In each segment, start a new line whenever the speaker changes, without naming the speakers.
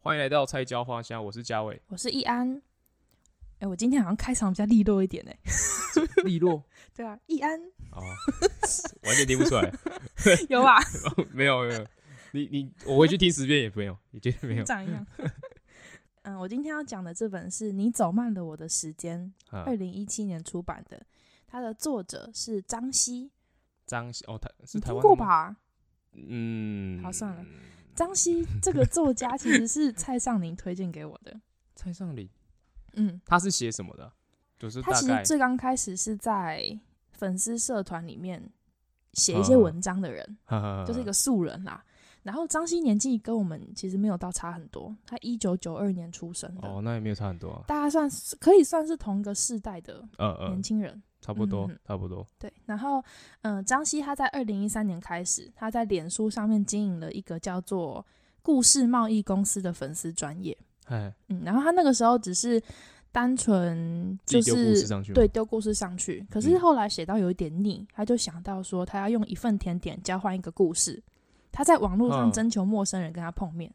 欢迎来到菜椒花香，我是嘉伟。
我是易安。哎、我今天好像开场比较利落一点 哎、
利落
对啊，易安
哦，完全听不出来，
有吧？
没有没有，你你我回去听十遍也没有，你觉 得没有
长一样。 嗯，我今天要讲的这本是《你走慢了我的时间》，
啊
二？零一七年出版的，它的作者是张希，
张希哦，台是
你
台
听
湾
过
的吗？
吧？
嗯，
好算了 张希这个作家其实是蔡尚宁推荐给我的。
蔡尚林
嗯，
他是写什么的？就是
他
大
其
概
实最刚开始是在粉丝社团里面写一些
嗯嗯
文章的人。就是一
嗯
个素人啦。然后张希年纪跟我们其实没有到差很多，他一九九二年出生的，
哦，那也没有差很多啊，
大家算是可以算是同一个世代的
嗯
年
嗯，
轻人。
差不多
嗯嗯
差不多，
对，然后嗯，呃张、希他在二零一三年开始，他在脸书上面经营了一个叫做“故事贸易公司”的粉丝专业。
哎，
嗯，然后他那个时候只是单纯
自己
就
丢故事
是
上去吗，
对丢故事上去，可是
嗯
后来写到有一点腻，他就想到说他要用一份甜点交换一个故事，他在网络
嗯
上征求陌生人跟他碰面。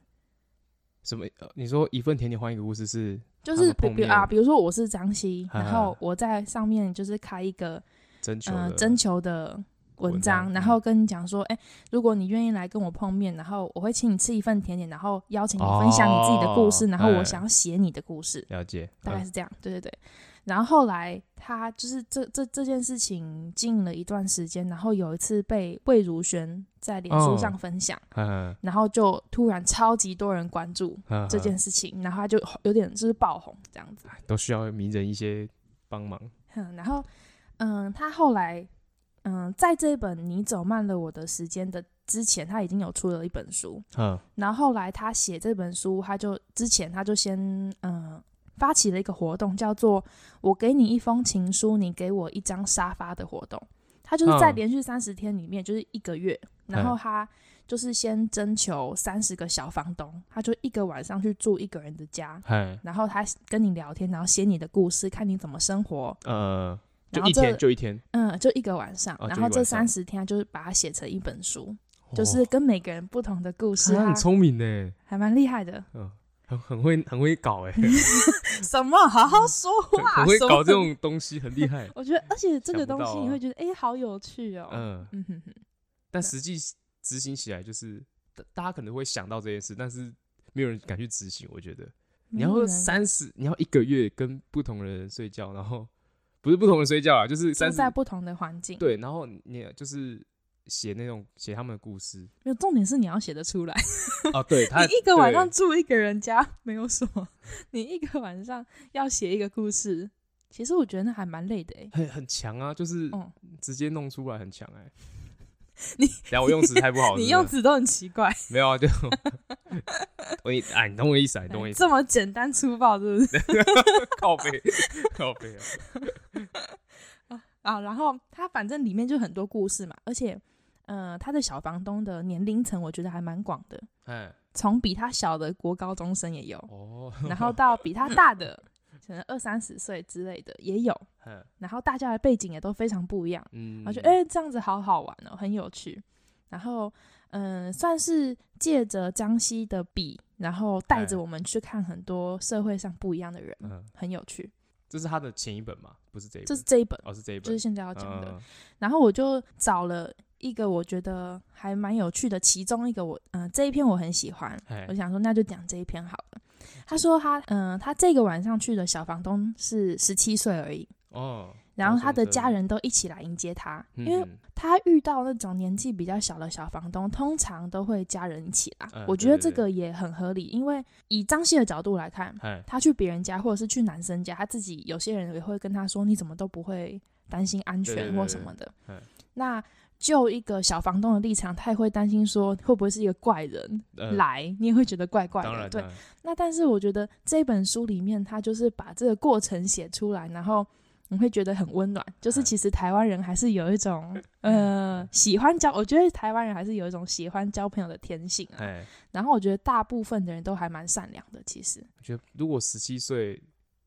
什么？呃你说一份甜点换一个故事是
就
他们
是比
碰
比
面
啊，比如说我是张希，
哈哈
然后我在上面就是开一个
征求
呃
的
征求的文
文
章，
章嗯
然后跟你讲说，哎、如果你愿意来跟我碰面，然后我会请你吃一份甜点，然后邀请你分享你自己的故事，
哦
然后我
哎
想要写你的故事，
了解，
大概
嗯
是这样，对对对。然后后来他就是这这这件事情经营了一段时间，然后有一次被魏如萱在脸书
哦
上分享，
嗯
然后就突然超级多人关注
嗯
这件事情，然后他就有点就是爆红这样子。
都需要名人一些帮忙。
哼，然后，嗯，他后来，嗯，在这本《你走慢了我的时间》的之前，他已经有出了一本书。
嗯，
然后后来他写这本书，他就之前他就先嗯发起了一个活动，叫做“我给你一封情书，你给我一张沙发”的活动。他就是在
嗯
连续三十天里面，就是一个月，然后他就是先征求三十个小房东，他就一个晚上去住一个人的家，
嗨，
然后他跟你聊天，然后写你的故事，看你怎么生活，
呃，就
然后
一
这
天就一天，
嗯，就一个晚上，
哦就
然
一
后
个
这
晚上
三十天就是把它写成一本书，就是跟每个人不同的故事
他
啊
很，聪明呢，
还蛮厉害的。
嗯，很很会很会搞 哎，
什么？好好说
很
话，
嗯很会
什么。
搞这。种东西，很厉害
我觉得，而且这
想
个
不
东
到
西
啊
你会觉得，哎、好有趣哦。嗯
嗯，
哼哼，
但实际执行起来就是大大家可能会想到这件事，但是没有人敢去执行。我觉得你
没有
要
人
三十，你要一个月跟不同的人睡觉，然后不是不同的睡觉啊，就是
住
三十
在不同的环境，，
对，然后你就是写那种写他们的故 事
没有重点是你要写得出来。
啊，对他
你一个晚
对
上住一个人家没有什么，你一个晚上要写一个故事，其实我觉得那还蛮累的哎、
很很强啊，就是
嗯
直接弄出来很强哎、
你
然后我用词太不好是不
你
是
用词都很奇怪，
没有啊？ 就我你哎，你懂我意思啊？你懂我意思？
这么简单粗暴，是不是？哎
靠背靠背啊，
啊，然后他反正里面就很多故事嘛，而且，呃，他的小房东的年龄层我觉得还蛮广的，
哎
从比他小的国高中生也有，
哦，
然后到比他大的 可能二三十岁之类的也有，
哎
然后大家的背景也都非常不一样，
嗯，
然后就哎、诶这样子好好玩哦，很有趣，然后嗯、呃算是借着张希的笔，然后带着
哎
我们去看很多社会上不一样的人，
嗯，
很有趣，
这是他的前一本嘛？不是这一
这
本，
是这一本，
哦是这一
就
本，
是现在要讲的。
嗯
然后我就找了一个我觉得还蛮有趣的，其中一个我嗯、呃这一篇我很喜欢，
哎
我想说那就讲这一篇好了。他说他嗯、呃他这个晚上去的小房东是十七岁而已，
哦，
然后
高
他的
中
家
生，
人都一起来迎接他，
嗯
因为
嗯
他遇到那种年纪比较小的小房东，通常都会家人一起来。
嗯
我
对
觉得
对
这
对
个也很合理，因为以张希的角度来看，
哎
他去别人家或者是去男生家，他自己有些人也会跟他说：“你怎么都不会担心安
对对
全
对
或什么的。
对嗯
那就一个小房东的立场，他也会担心说会不会是一个怪人、
呃
来，你也会觉得怪怪
当
的。
然
对
当，然
那但是我觉得这本书里面，他就是把这个过程写出来，然后。你会觉得很温暖，就是
嗯
其实台湾人还是有一种、呃喜欢交，我觉得台湾人还是有一种喜欢交朋友的天性啊。
哎，
然后我觉得大部分的人都还蛮善良的，其实。
我觉得如果十七岁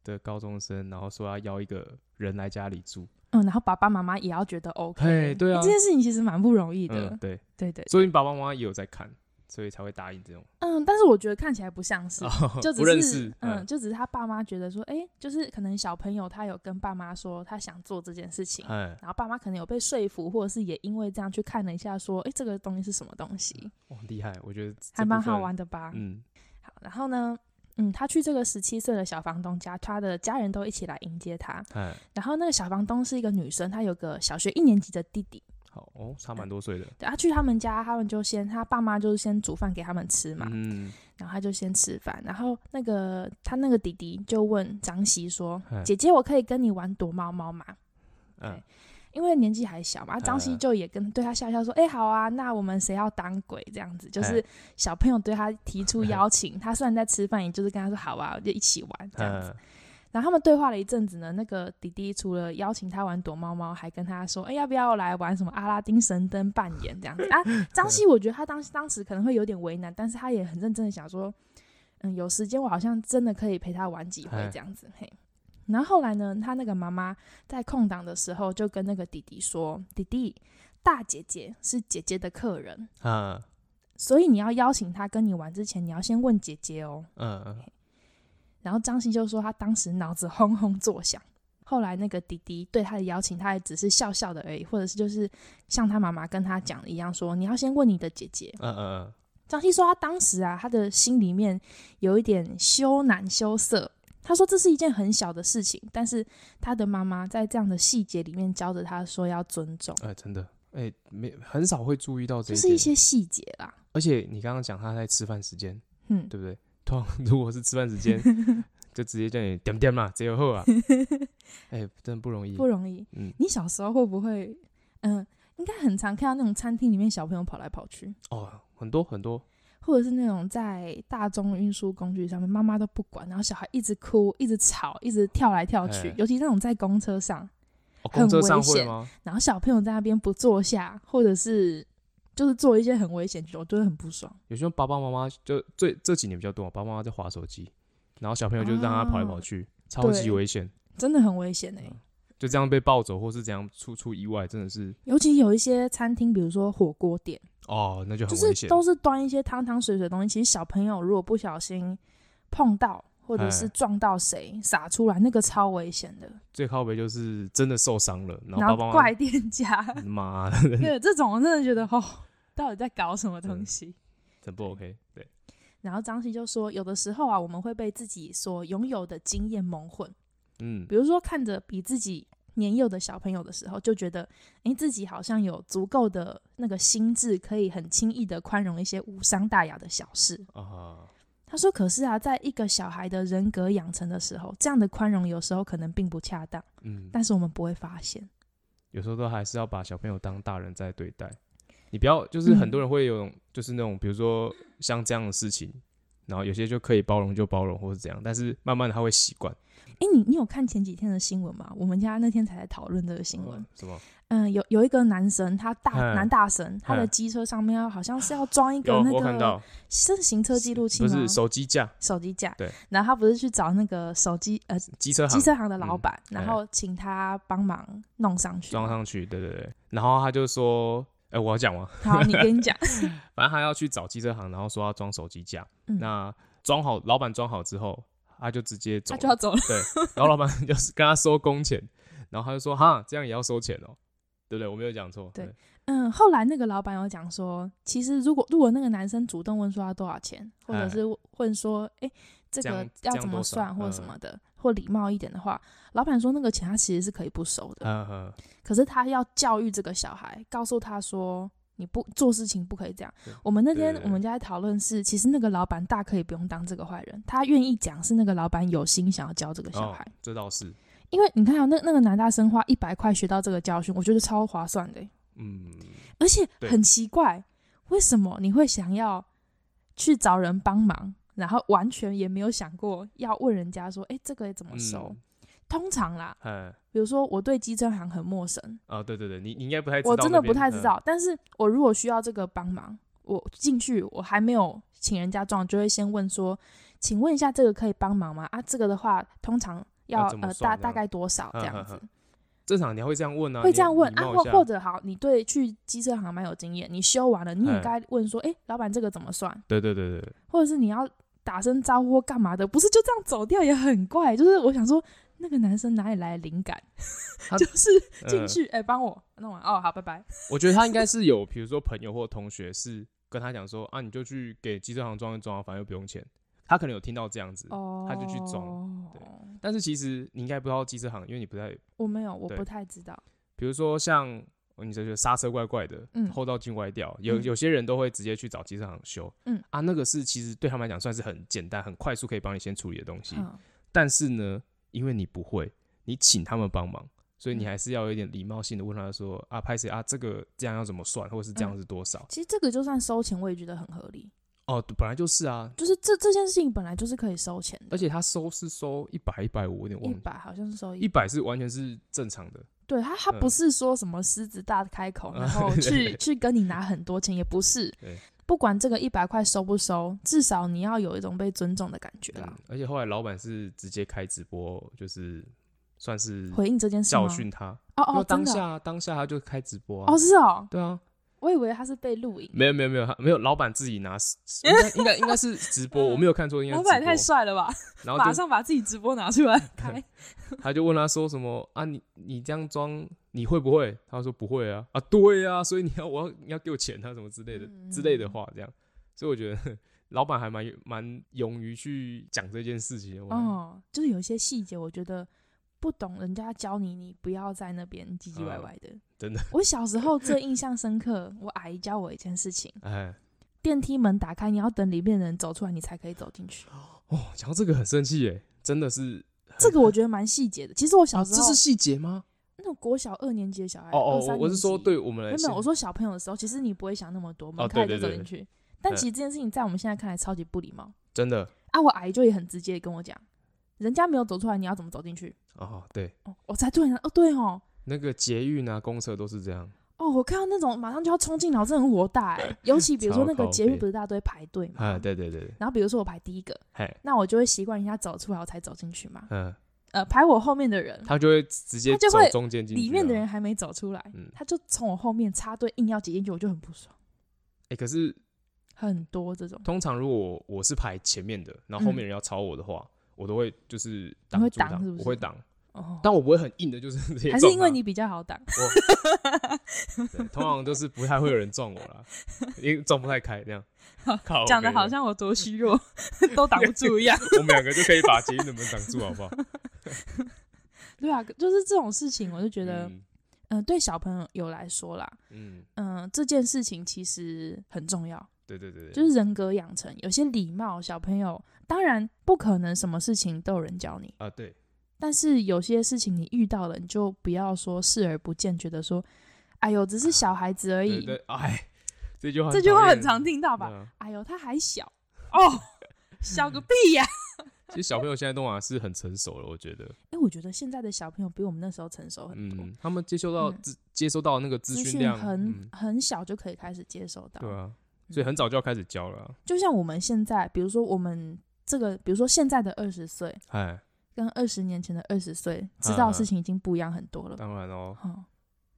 的高中生，然后说要邀一个人来家里住，
嗯，然后爸爸妈妈也要觉得 OK，
嘿对啊
这件事情其实蛮不容易的，
嗯，对，
对对
所以你爸爸妈妈也有在看，所以才会答应这种。
嗯，但是我觉得看起来不像 是，就只
不认
是
识，
嗯，就只是他爸妈觉得说，哎、就是可能小朋友他有跟爸妈说他想做这件事情，
哎，
然后爸妈可能有被说服，或者是也因为这样去看了一下，说，哎、这个东西是什么东西，
哇，厉害，我觉得嗯这
还蛮
部分
好。玩的啊吧？
嗯，
好，然后呢，嗯，他去这个十七岁的小房东家，他的家人都一起来迎接他。
哎，
然后那个小房东是一个女生，她有个小学一年级的弟弟。
好哦，差蛮多岁的。
对，他去他们家，他们就先他爸妈就是先煮饭给他们吃嘛，
嗯，
然后他就先吃饭。然后那个他那个弟弟就问张喜说
嗯：“
姐姐，我可以跟你玩躲猫猫吗？”
嗯，
因为年纪还小嘛，啊张希
嗯
就也跟对他笑笑说：“哎、好啊，那我们谁要当鬼？”这样子，就是小朋友对他提出邀请，他虽然在吃饭，也就是跟他说：“好啊，就一起玩。”这样子。
嗯，
然后他们对话了一阵子呢，那个弟弟除了邀请他玩躲猫猫，还跟他说：“哎、要不要来玩什么阿拉丁神灯扮演这样子？”啊，张希我觉得他当当时可能会有点为难，但是他也很认真的想说：“嗯，有时间我好像真的可以陪他玩几回
哎
这样子。”嘿，然后后来呢，他那个妈妈在空档的时候就跟那个弟弟说：“弟弟，大姐姐是姐姐的客人，
嗯，
所以你要邀请她跟你玩之前，你要先问姐姐哦。”
嗯，
然后张欣就说他当时脑子轰轰作响。后来那个弟弟对他的邀请，他也只是笑笑的而已，或者是就是像他妈妈跟他讲的一样说，你要先问你的姐姐。
嗯，嗯，
张欣说他当时啊，他的心里面有一点羞赧羞涩。他说这是一件很小的事情，但是他的妈妈在这样的细节里面教着他说要尊重，
哎，真的，哎，没很少会注意到这
就是一
点。
些细节啦。
而且你刚刚讲他在吃饭时间，
嗯，
对不对？通常 如果是吃饭时 间，就直接叫你点点嘛，只有后啊。哎，真不容易
不。容易。
嗯，
你小时候会不会？嗯、应该很常看到那种餐厅里面小朋友跑来跑去。
哦，很多很多，
或者是那种在大众运输工具上面，妈妈都不管，然后小孩一直哭、一直吵、一直跳来跳去
哎，
尤其那种在公车上，
哦，
很
公车上
危
会
险
吗？
然后小朋友在那边不坐下，或者是就是做一些很危险的举动，我就会很不爽。
有时候爸爸妈妈就最这几年比较多，爸爸妈妈在划手机，然后小朋友就让他跑来跑
啊
去，超级
对
危险，
真的很危险哎、
嗯就这样被抱走或是怎样出出意外，真的是
尤其有一些餐厅，比如说火锅店，
哦，那就
就
很危
是
险。
都是端一些汤汤水水的东西。其实小朋友如果不小心碰到，或者是
哎
撞到谁洒出来，那个超危险的。
最靠北就是真的受伤了，然
然
后
后
爸爸妈
怪店家，
妈妈的
对，这种我真的觉得哦，到底在搞什么东西？
很不 OK，对，
然后张希就说，有的时候啊，我们会被自己所拥有的经验蒙混，
嗯
比如说看着比自己年幼的小朋友的时候，就觉得诶，自己好像有足够的那个心智，可以很轻易的宽容一些无伤大雅的小事。
啊，
他说，可是啊，在一个小孩的人格养成的时候，这样的宽容有时候可能并不恰当，
嗯，
但是我们不会发现。
有时候都还是要把小朋友当大人在对待。你不要，就是
嗯
很多人会有种，就是那种，比如说像这样的事情，然后有些就可以包容就包容，或是怎样，但是慢慢的他会习惯。
诶，你你有看前几天的新闻吗？我们家那天才在讨论这个新闻。
嗯什么？
嗯，有有一个男神，他大
嗯
男大神，他的
嗯
机车上面要好像是要装一个
有
那
我看
个
到，
是行车记录器
不
吗？
是手机架，
手机架。
对。
然后他不是去找那个手机呃
机车
机
行
车行的老
嗯
板，然
哎
后请他帮忙弄上去。
装上去，对对对。然后他就说，哎、我要讲完，
好，你跟你讲，
反正他要去找机车行，然后说要装手机架。
嗯
那装好，老板装好之后，他就直接走
他
了，
就要走 了。
对，然后老板就是跟他收工钱，然后他就说，哈，这样也要收钱哦，对不对？我没有讲错，
对嗯，后来那个老板有讲说，其实如果如果那个男生主动问说要多少钱，或者
哎
是问说，哎、这
这
个
样
要
这样
怎么
多少
算或者什
嗯
么的，或礼貌一点的话，老板说那个钱他其实是可以不收的。
嗯嗯，
可是他要教育这个小孩，告诉他说你不做事情不可以这样
对。
我们那天
对对对
我们家在讨论是，其实那个老板大可以不用当这个坏人，他愿意讲是那个老板有心想要教这个小
哦
孩，，
这倒是，
因为你看啊，那那个男大生花一百块学到这个教训，我觉得超划算的欸，
嗯，
而且
对
很奇怪，为什么你会想要去找人帮忙？然后完全也没有想过要问人家说，哎，这个怎么收？
嗯
通常啦，
嗯，
比如说我对机车行很陌生，
哦，对对对，你你应该不太知道
我
那边，
真的不太知
嗯，
道。但是我如果需要这个帮忙，我进去我还没有请人家装，就会先问说，请问一下这个可以帮忙吗？啊，这个的话通常要
要怎么
呃
算
大
这样
大概多少
嗯
这样
嗯
子
嗯。正常你还会这样问啊？
会
你
这样问
礼
啊，
貌
或
一下
或者好，你对去机车行蛮有经验，你修完了，你也
哎
该问说，哎、老板这个怎么算？
对对对对对，
或者是你要打声招呼或干嘛的，不是就这样走掉也很怪。就是我想说，那个男生哪里来的灵感？
他
就是
呃
进去，哎、帮、我弄完哦，好，拜拜。
我觉得他应该是有，比如说朋友或同学是跟他讲说啊，你就去给机车行装一装啊，反正又不用钱。他可能有听到这样子，
哦，
他就去装对但是其实你应该不知道机车行，因为你不太，
我没有，我
对
不太知道。
比如说像哦你这就刹车怪怪的，
嗯
后照镜歪掉，有
嗯
有些人都会直接去找机车行修，
嗯
啊，那个是其实对他们来讲算是很简单、很快速可以帮你先处理的东西，
嗯，
但是呢，因为你不会，你请他们帮忙，所以你
嗯
还是要有一点礼貌性的问他说啊，拍谁啊，这个这样要怎么算，或者是这样
嗯
是多少？
其实这个就算收钱，我也觉得很合理。
哦，对本来就是啊，
就是这这件事情本来就是可以收钱的
而，且他收是收一百一百五，我有点
一
忘记，
百好像是收
一
一，
百是完全是正常的，
对他他
嗯
不是说什么狮子大开口，
啊
然后
对对
去
对
去跟你拿很多钱，也不是
对。
不管这个一百块收不收，至少你要有一种被尊重的感觉啦
嗯。而且后来老板是直接开直播，就是算是
回应这件事吗
教？训他，
哦
因为
哦，真
当
的
下当下他就开直播啊
哦，，是哦，
对啊，
我以为他是被录影。
没有没有没有，他没有老板自己拿，应该应该应该是直 播，
嗯
我没有看错，应该
老
是
板太
直
帅了吧！
播，然后
马
就
上把自己直播拿出 来开。
他就问他说什么啊，你你这样装你会不会？他说不会啊，啊对啊，所以你要我要你要给我钱啊什么之类的、之类
嗯
的话，这样，所以我觉得老板还蛮蛮勇于去讲这件事情的，我还
哦，就是有一些细节，我觉得不懂人家教你，你不要在那边唧唧歪
嗯
歪的。
真的，
我小时 候最印象深刻，我阿姨教我一件事情：
哎
电梯门打开，你要等里面的人走出来，你才可以走 进去。
哦，讲到这个很生气耶，真的是很
这个我觉得蛮细节的。其实我小
哦
时
这
候、
是细节吗？
那种国小二年级的小孩，
哦哦，
二三
我我是
年
说
级
对我们
没
来
有没有，我
说
说小朋友的时候，其实你不会想那么多，门
哦
开了
对
就
对
走
对
进去。但
嗯
其实这件事情在我们现在看来超级不礼貌
真的
啊！我阿姨就也很直接地跟我讲，人家没有走出来，你要怎么走进去？
哦，对，
哦，我才突然想哦，对哦，
那个捷运啊、公车都是这样，
哦，我看到那种马上就要冲进脑，真的很火 大哎、尤其比如说
超
那个
靠
捷运
北
不是大家都会排队嘛，
啊，对对对对，
然后比如说我排第一个，
嘿，
那我就会习惯人家走出来我才走进去嘛。
嗯，
呃，排我后面的人，
他就会直接
他就
走
会
中间进去、啊，
里面的人还没走出来，
嗯
他就从我后面插队硬要挤进去，我就很不爽。
哎、可是
很多这种，
通常如果我我是排前面的，然后后面人要超我的话，我都会就是挡
你会
住
挡
他
是不是
我会挡，
哦，
但我不会很硬的，就是直接
还是
撞
因为
他
你比较好挡。
对通常都是不太会有人撞我 啦，因为撞不太开这样。靠
讲的
北
好像我多虚弱， 都挡不住 一样。
我们两个就可以把捷运的门挡住，好不好？
对啊，就是这种事情，我就 觉得，嗯、
嗯
对小朋友来说啦，
嗯，
嗯、这件事情其实很重要，
对对对对，
就是人格养成，有些礼貌，小朋友当然不可能什么事情都有人教你，
啊对，
但是有些事情你遇到了，你就不要说视而不见，觉得说，哎呦，只是小孩子而
对
已。
对，哎，这句话
这句话很常
长，
听到吧？
对啊
哎呦，他 还小哦，小个屁呀、
其实小朋友现在都还是很成熟了，我觉得，
哎、我觉得现在的小朋友比我们那时候成熟很多。
嗯，他们接收到
嗯
资、接收到那个资
资
讯
讯
量，
很、嗯
嗯、
很小就可以开始接受到。
对啊，所以很早就要开始教了啊，
就像我们现在，比如说我们这个，比如说现在的二十岁
哎，
跟二十年前的二十岁，知
嗯
道的事情已经不一样很 多了。
当然哦，
嗯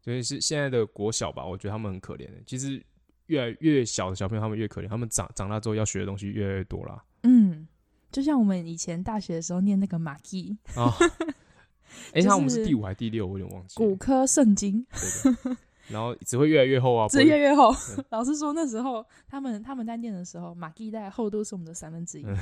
所以是现在的国小吧，我觉得他们很可怜的。其实越来越小的小朋友，他们越可怜，他们长长大之后要学的东西越来越多 啦。
嗯，就像我们以前大学的时候念那个马基
啊，哎、
就是
那我们是第五还是第六？我有点忘记
骨
了。
科圣经，
对的然后只会越来越厚 啊，不
这
会
越越厚
嗯。
老师说那时候他们他们在念的时候，马基大概厚度是我们的三分之一，
嗯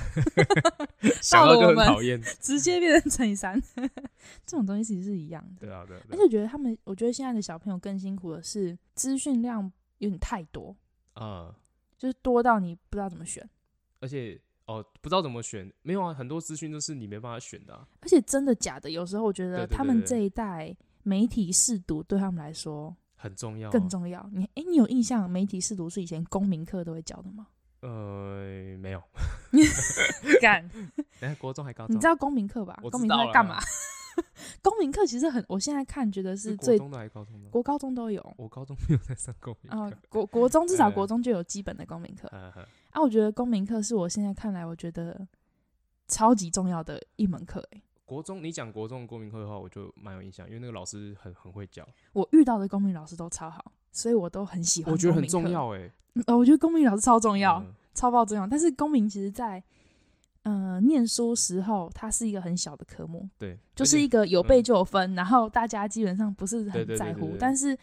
想到就
到了我
很
们
讨厌。
直接变成乘以三。 这种东西其实是一样的。
对啊，对啊，对
而且
啊
我觉得他们，我觉得现在的小朋友更辛苦的是资讯量有点太多，
啊、
就是多到你不知道怎么选，
而且哦，不知道怎么选，没有啊，很多资讯都是你没办法选的、啊。
而且真的假的，有时候我觉得
对对
他们
对对
这一代媒体试读对他们来说
很重要、啊，
更。重要。你诶，你有印象媒体试读是以前公民课都会教的吗？
呃，没有，
干，
等下国中还高中，
你知道公民课吧
我？知
公民
道
课
啦
在干嘛？ 公民课其实很，我现在看觉得
是
是
国
最
中的还高中的？
国高中都有。
我高中没有在上公民
啊、
课。
国国中至少
呃
国中就有基本的公民课
呵呵
啊，我觉得公民课是我现在看来我觉得超级重要的一门课、欸，
国中，你讲国中的公民课的话，我就蛮有印象，因为那个老师很很会教，
我遇到的公民老师都超好，所以我都很喜欢。
我觉得很重， 要哎、
嗯呃，我觉得公民老师超重要，
嗯
超爆重要。但是公民其实在，呃念书时候，它是一个很小的科目，
对，
就是一
一
个有背就有分，然后大家基本上不是
对
很
对对
在
对
乎
对。
但是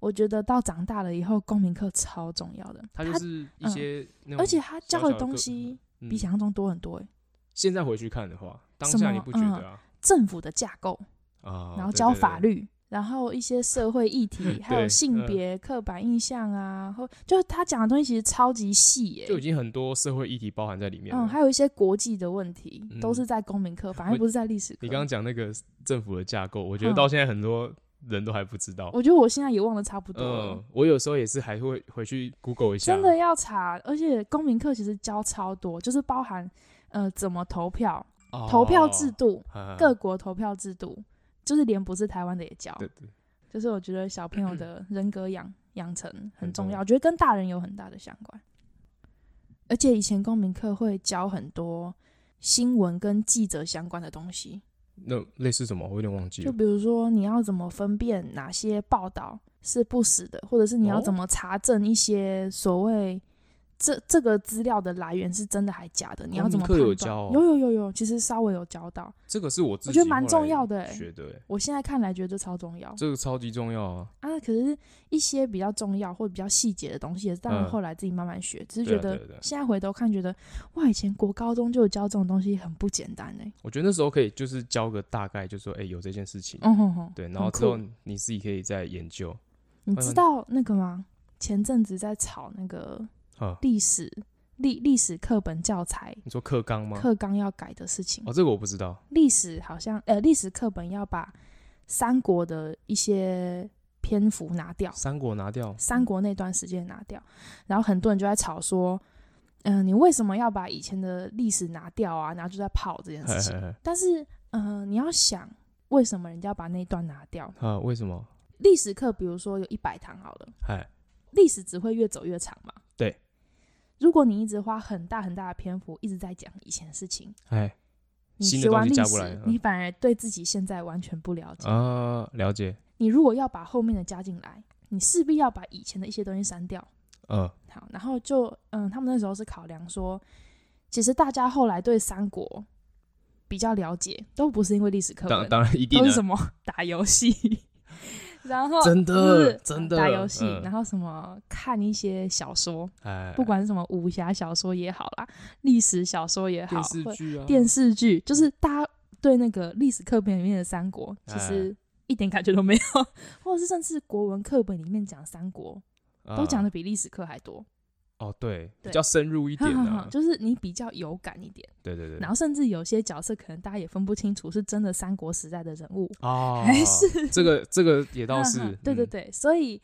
我觉得到长大了以后，公民课超重要的，
他就是一些那种，
嗯而且他教
小小
的
的
东
个
西
嗯
比想象中多很多、欸。
现在回去看的话，当
什
下
么
你不觉得啊？
政府的架构，
啊，
然后
对
教
对
法
对
律，然后一些社会议 题，还有
对
性
嗯
别刻板印象啊，或就是他讲的东西其实超级细耶、
就已经很多社会议题包含在里面了。
嗯，还有一些国际的问题、都
嗯
是在公民课，反而
我
不是在历史课。
你刚刚讲那个政府的架构，我觉
嗯
得到现在很多人都还不知道。
我觉得我现在也忘得差不多了。
嗯，我有时候也是还会回去 Google 一下，
真的要查，而且公民课其实教超多，就是包含呃怎么投票、
哦
投票制度、
啊
各国投票制度，就是连不是台湾的也教。
对对
就是我觉得小朋友的人格养养成很
很
重
重
要，
要
我觉得跟大人有很大的相关。而且以前公民课会教很多新闻跟记者相关的东西，
那类似什么，我有点忘记
就
了。
比如说你要怎么分辨哪些报道是不实的，或者是你要
哦
怎么查证一些所谓这这个资料的来源是真的还假的，你要
公
怎
民
么
课
判
有
断？
教哦
有有有有，其实稍微有教到，
这个是我自
我
己
觉得蛮
后
重
来
要的欸
学的欸，
我现在看来觉得这超重要。
这个超级重要啊！
啊，可是一些比较重要或比较细节的东西，也是当然
嗯
后来自己慢慢学，只是
对
觉
啊
得
对啊对啊
现在回头看，觉得哇，以前国高中就有教这种东西，很不简单哎、
我觉得那时候可以就是教个大概，就说哎、有这件事情，
嗯哼哼，
对，然
很
后
酷
之后你自己可以再研究。
你
嗯
知道那个吗？前阵子在炒那个
哈，
历史历历史课本教材
你说课纲吗？
课纲要改的事情
哦，，这个我不知道。
历史好像呃历史课本要把三国的一些篇幅拿掉，
三国拿掉，
三国那段时间拿掉，然后很多人就在吵说，嗯、你为什么要把以前的历史拿掉啊？然后就在泡这件
嘿
事
嘿
情。
嘿
但是，嗯、你要想为什么人家把那段拿掉？
啊，为什么？
历史课，比如说有一百堂好了，
哎，
历史只会越走越长嘛。
对。
如果你一直花很大很大的篇幅一直在讲以前的事情，
哎，
你
新的
学完
东
历
西加不来
史
嗯，
你反而对自己现在完全不了解。
啊，了解，
你如果要把后面的加进来，你势必要把以前的一些东西删掉。
嗯，
好，然后就嗯，他们那时候是考量说，其实大家后来对三国比较了解，都不是因为历史课
当
本，
当然一定啊
都
的
是，哦什么打游戏， 然后
真
就
的
是
真的
打游戏，
嗯
然后什么看一些小说，
哎，
不管是什么武侠小说也好啦，历史小说也好，
电视
或
剧啊，嗯
电视剧，就是大家对那个历史课本里面的三国，其
哎
实一点感觉都没有，或者是甚至国文课本里面讲三国，
啊
都讲的比历史课还多。
哦，对，
对
比较深入一点啊，
就是你比较有感一点，
对对对，
然后甚至有些角色可能大家也分不清楚是真的三国时代的人物，
哦，
还是
这个这个也倒 是
哼哼，对对
嗯，
对，所以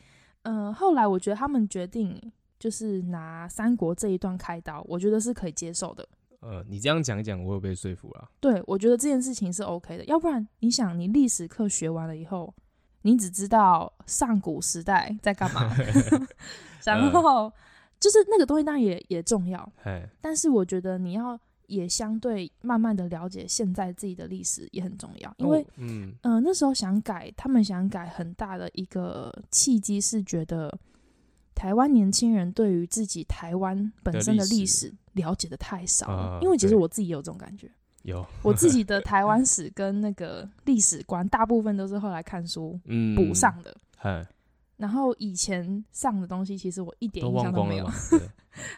呃，后来我觉得他们决定就是拿三国这一段开刀，我觉得是可以接受的。
呃，你这样讲一讲，我有被说服啊了，
对，我觉得这件事情是 OK 的，要不然你想，你历史课学完了以后，你只知道上古时代在 干嘛，
嗯
然后、就是那个东西当然也也重要，
哎，
但是我觉得你要也相对慢慢的了解现在自己的历史也很重要，因为
哦、嗯，
嗯、呃那时候想改，他们想改很大的一个契机是觉得台湾年轻人对于自己台湾本身的
的历
历
史
史了解的太少了，
啊
因为其实
对
我自己也有这种感觉，
有，
我自己的台
嗯
湾史跟那个历史观大部分都是后来看书
嗯，
补，上的。
哎，
然后以前上的东西，其实我一点
都
印象
忘光
没
了
有
嘛。，对，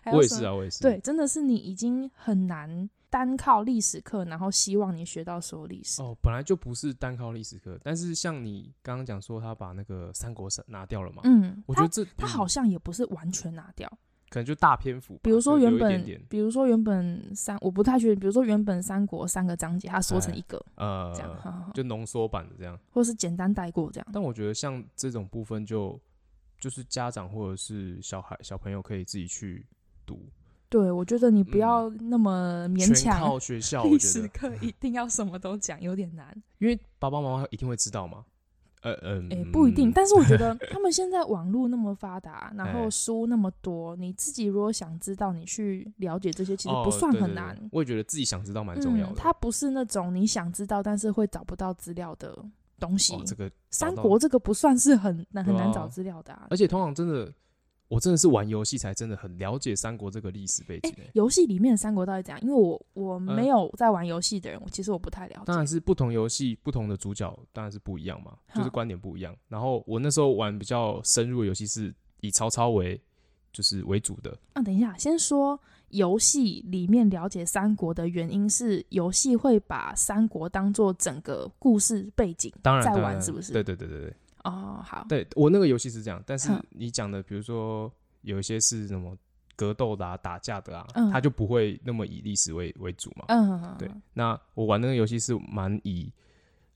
还有
我也
什
是
么
啊，我也是，
对，，真的是你已经很难单靠历史课，然后希望你学到所有历史。
哦，本来就不是单靠历史课，但是像你刚刚讲说他把那个三国杀拿掉了嘛，
嗯，
我觉
他
得这
他
嗯
好像也不是完全拿掉，
可能就大篇幅吧，
比如说
就留
原
哦一点
本，
点
比如说原本三，我不太确定，比如说原本三国三个章节，他缩成
哎
一个、这样，
呃，
哈嗯哈哈
就浓缩版的这样。
或是简单带过这样。
但我觉得像这种部分就就是家长或者是小孩小朋友可以自己去读，
对，我觉得你不
嗯
要那么勉
全
强
靠。学校，我
历
觉
史
得，
课一定要什么都讲，有点难。
因为爸爸妈妈一定会知道嘛。呃嗯，
诶、不一定，
嗯
但是我 觉得他们现在网络那么发达，然
哎
后书那么多，你自己如果想知道，你去了解这些，其实
哦
不算
对
很
对对
难。
我也觉得自己想知道蛮重要的。
嗯，它不是那种你想知道但是会找不到资料的东西。
哦，这个，
三
到
国这个不算是很难很
对啊
难找资料的、啊
而。且通常真的，我真的是玩游戏才真的很了解三国这个历史背景、欸。
游戏里面的三国到底怎样？因为我我
嗯
没有在玩游戏的人，我其实我不太了
当然
解。
是不同游戏不同的主角当然是不一样嘛，就是
好
观点不一样。然后我那时候玩比较深入的游戏是以曹操为就是为主的，
啊，等一下，先说游戏里面了解三国的原因是，游戏会把三国当做整个故事背景
当然
在
当
玩，
然
是不是？
对对对对对，
哦，好，
对我那个游戏是这样，但是
哼
你讲的，比如说有一些是什么格斗的啊、打架的啊，
嗯
它就不会那么以历史为为主嘛。
嗯，
对，那我玩那个游戏是蛮以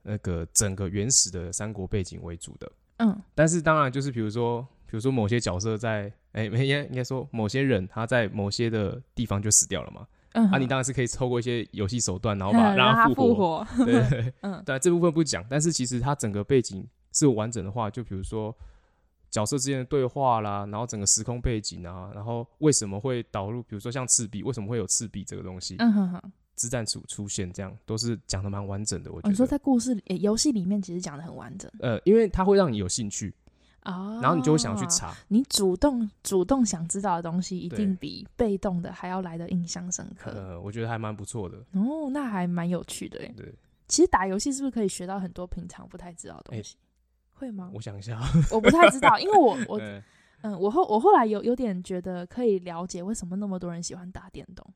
那个整个原始的三国背景为主的，
嗯
但是当然就是比如说，比如说某些角色在，哎、没应该应该说某些人他在某些的地方就死掉了嘛，
嗯，
啊，你
嗯
当然是可以透过一些游戏手段，然后把
嗯让
他
他
复
复活，
对，
嗯
对，这部分不讲，但是其实它整个背景是完整的话，就比如说角色之间的对话啦，然后整个时空背景啊，然后为什么会导入，比如说像赤壁，为什么会有赤壁这个东西，
嗯哼哼。
之战出出现，这样都是讲的蛮完整的，我
哦你
觉
说
得。
在故事里、诶游戏里面其实讲的很完整
呃，因为它会让你有兴趣，
哦，
然后你就会想去，查。
你主动主动想知道的东西，一
对
定比被动的还要来的印象深刻。
呃，我觉得还蛮不错的。
哦，那还蛮有趣的诶。
对，
其实打游戏是不是可以学到很多平常不太知道的东
诶
西？会吗？
我想一下，
我不太知道，因为 我我
呃
嗯，我后我后来有有点觉得可以了解为什么那么多人喜欢打电动。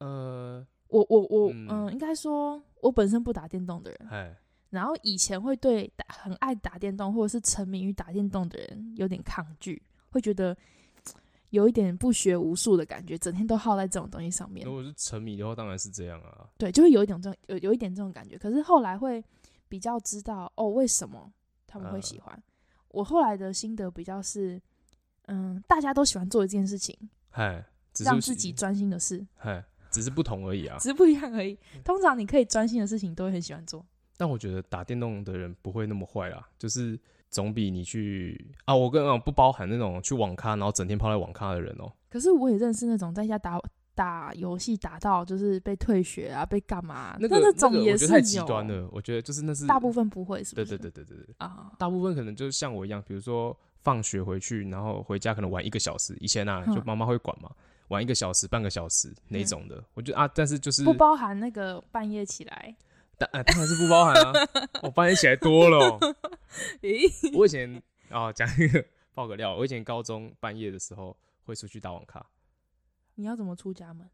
呃，
我我我
嗯
嗯、应该说我本身不打电动的人，
哎，
然后以前会对打很爱打电动或者是沉迷于打电动的人有点抗拒，会觉得嘖有一点不学无术的感觉，整天都耗在这种东西上面
如，果是沉迷的话，当然是这样啊。
对，就会有一种这种有有一点这种感觉。可是后来会比较知道哦，为什么他
嗯
们会喜欢。我后来的心得比较是，嗯，大家都喜欢做一件事情，
嗨，只是
让自己专心的事，
嗨，只是不同而已啊。
只是不一样而已。 通常你可以专心的事情都会很喜欢做。
但我觉得打电动的人不会那么坏啦，就是总比你去啊，我跟你讲不包含那种去网咖然后整天泡在网咖的人哦、
可是我也认识那种在家打打游戏打到就是被退学啊，被干嘛啊、
那个
那
那
种
个
也
我觉
是
得
有。
太极端了，我觉得就是那是
大部分不会是不
对
是？
对对对对对，
啊，
大部分可能就是像我一样，比如说放学回去，然后回家可能玩一个小时，以前啊
嗯
就妈妈会管嘛，玩一个小时、半个小时那种的，我觉得啊，但是就是
不包含那个半夜起来。
当啊当然是不包含啊，我半夜起来多了哦、
咦，
我以前啊 讲一个爆个啊料，我以前高中半夜的时候会出去打网咖。
你要怎么出家门？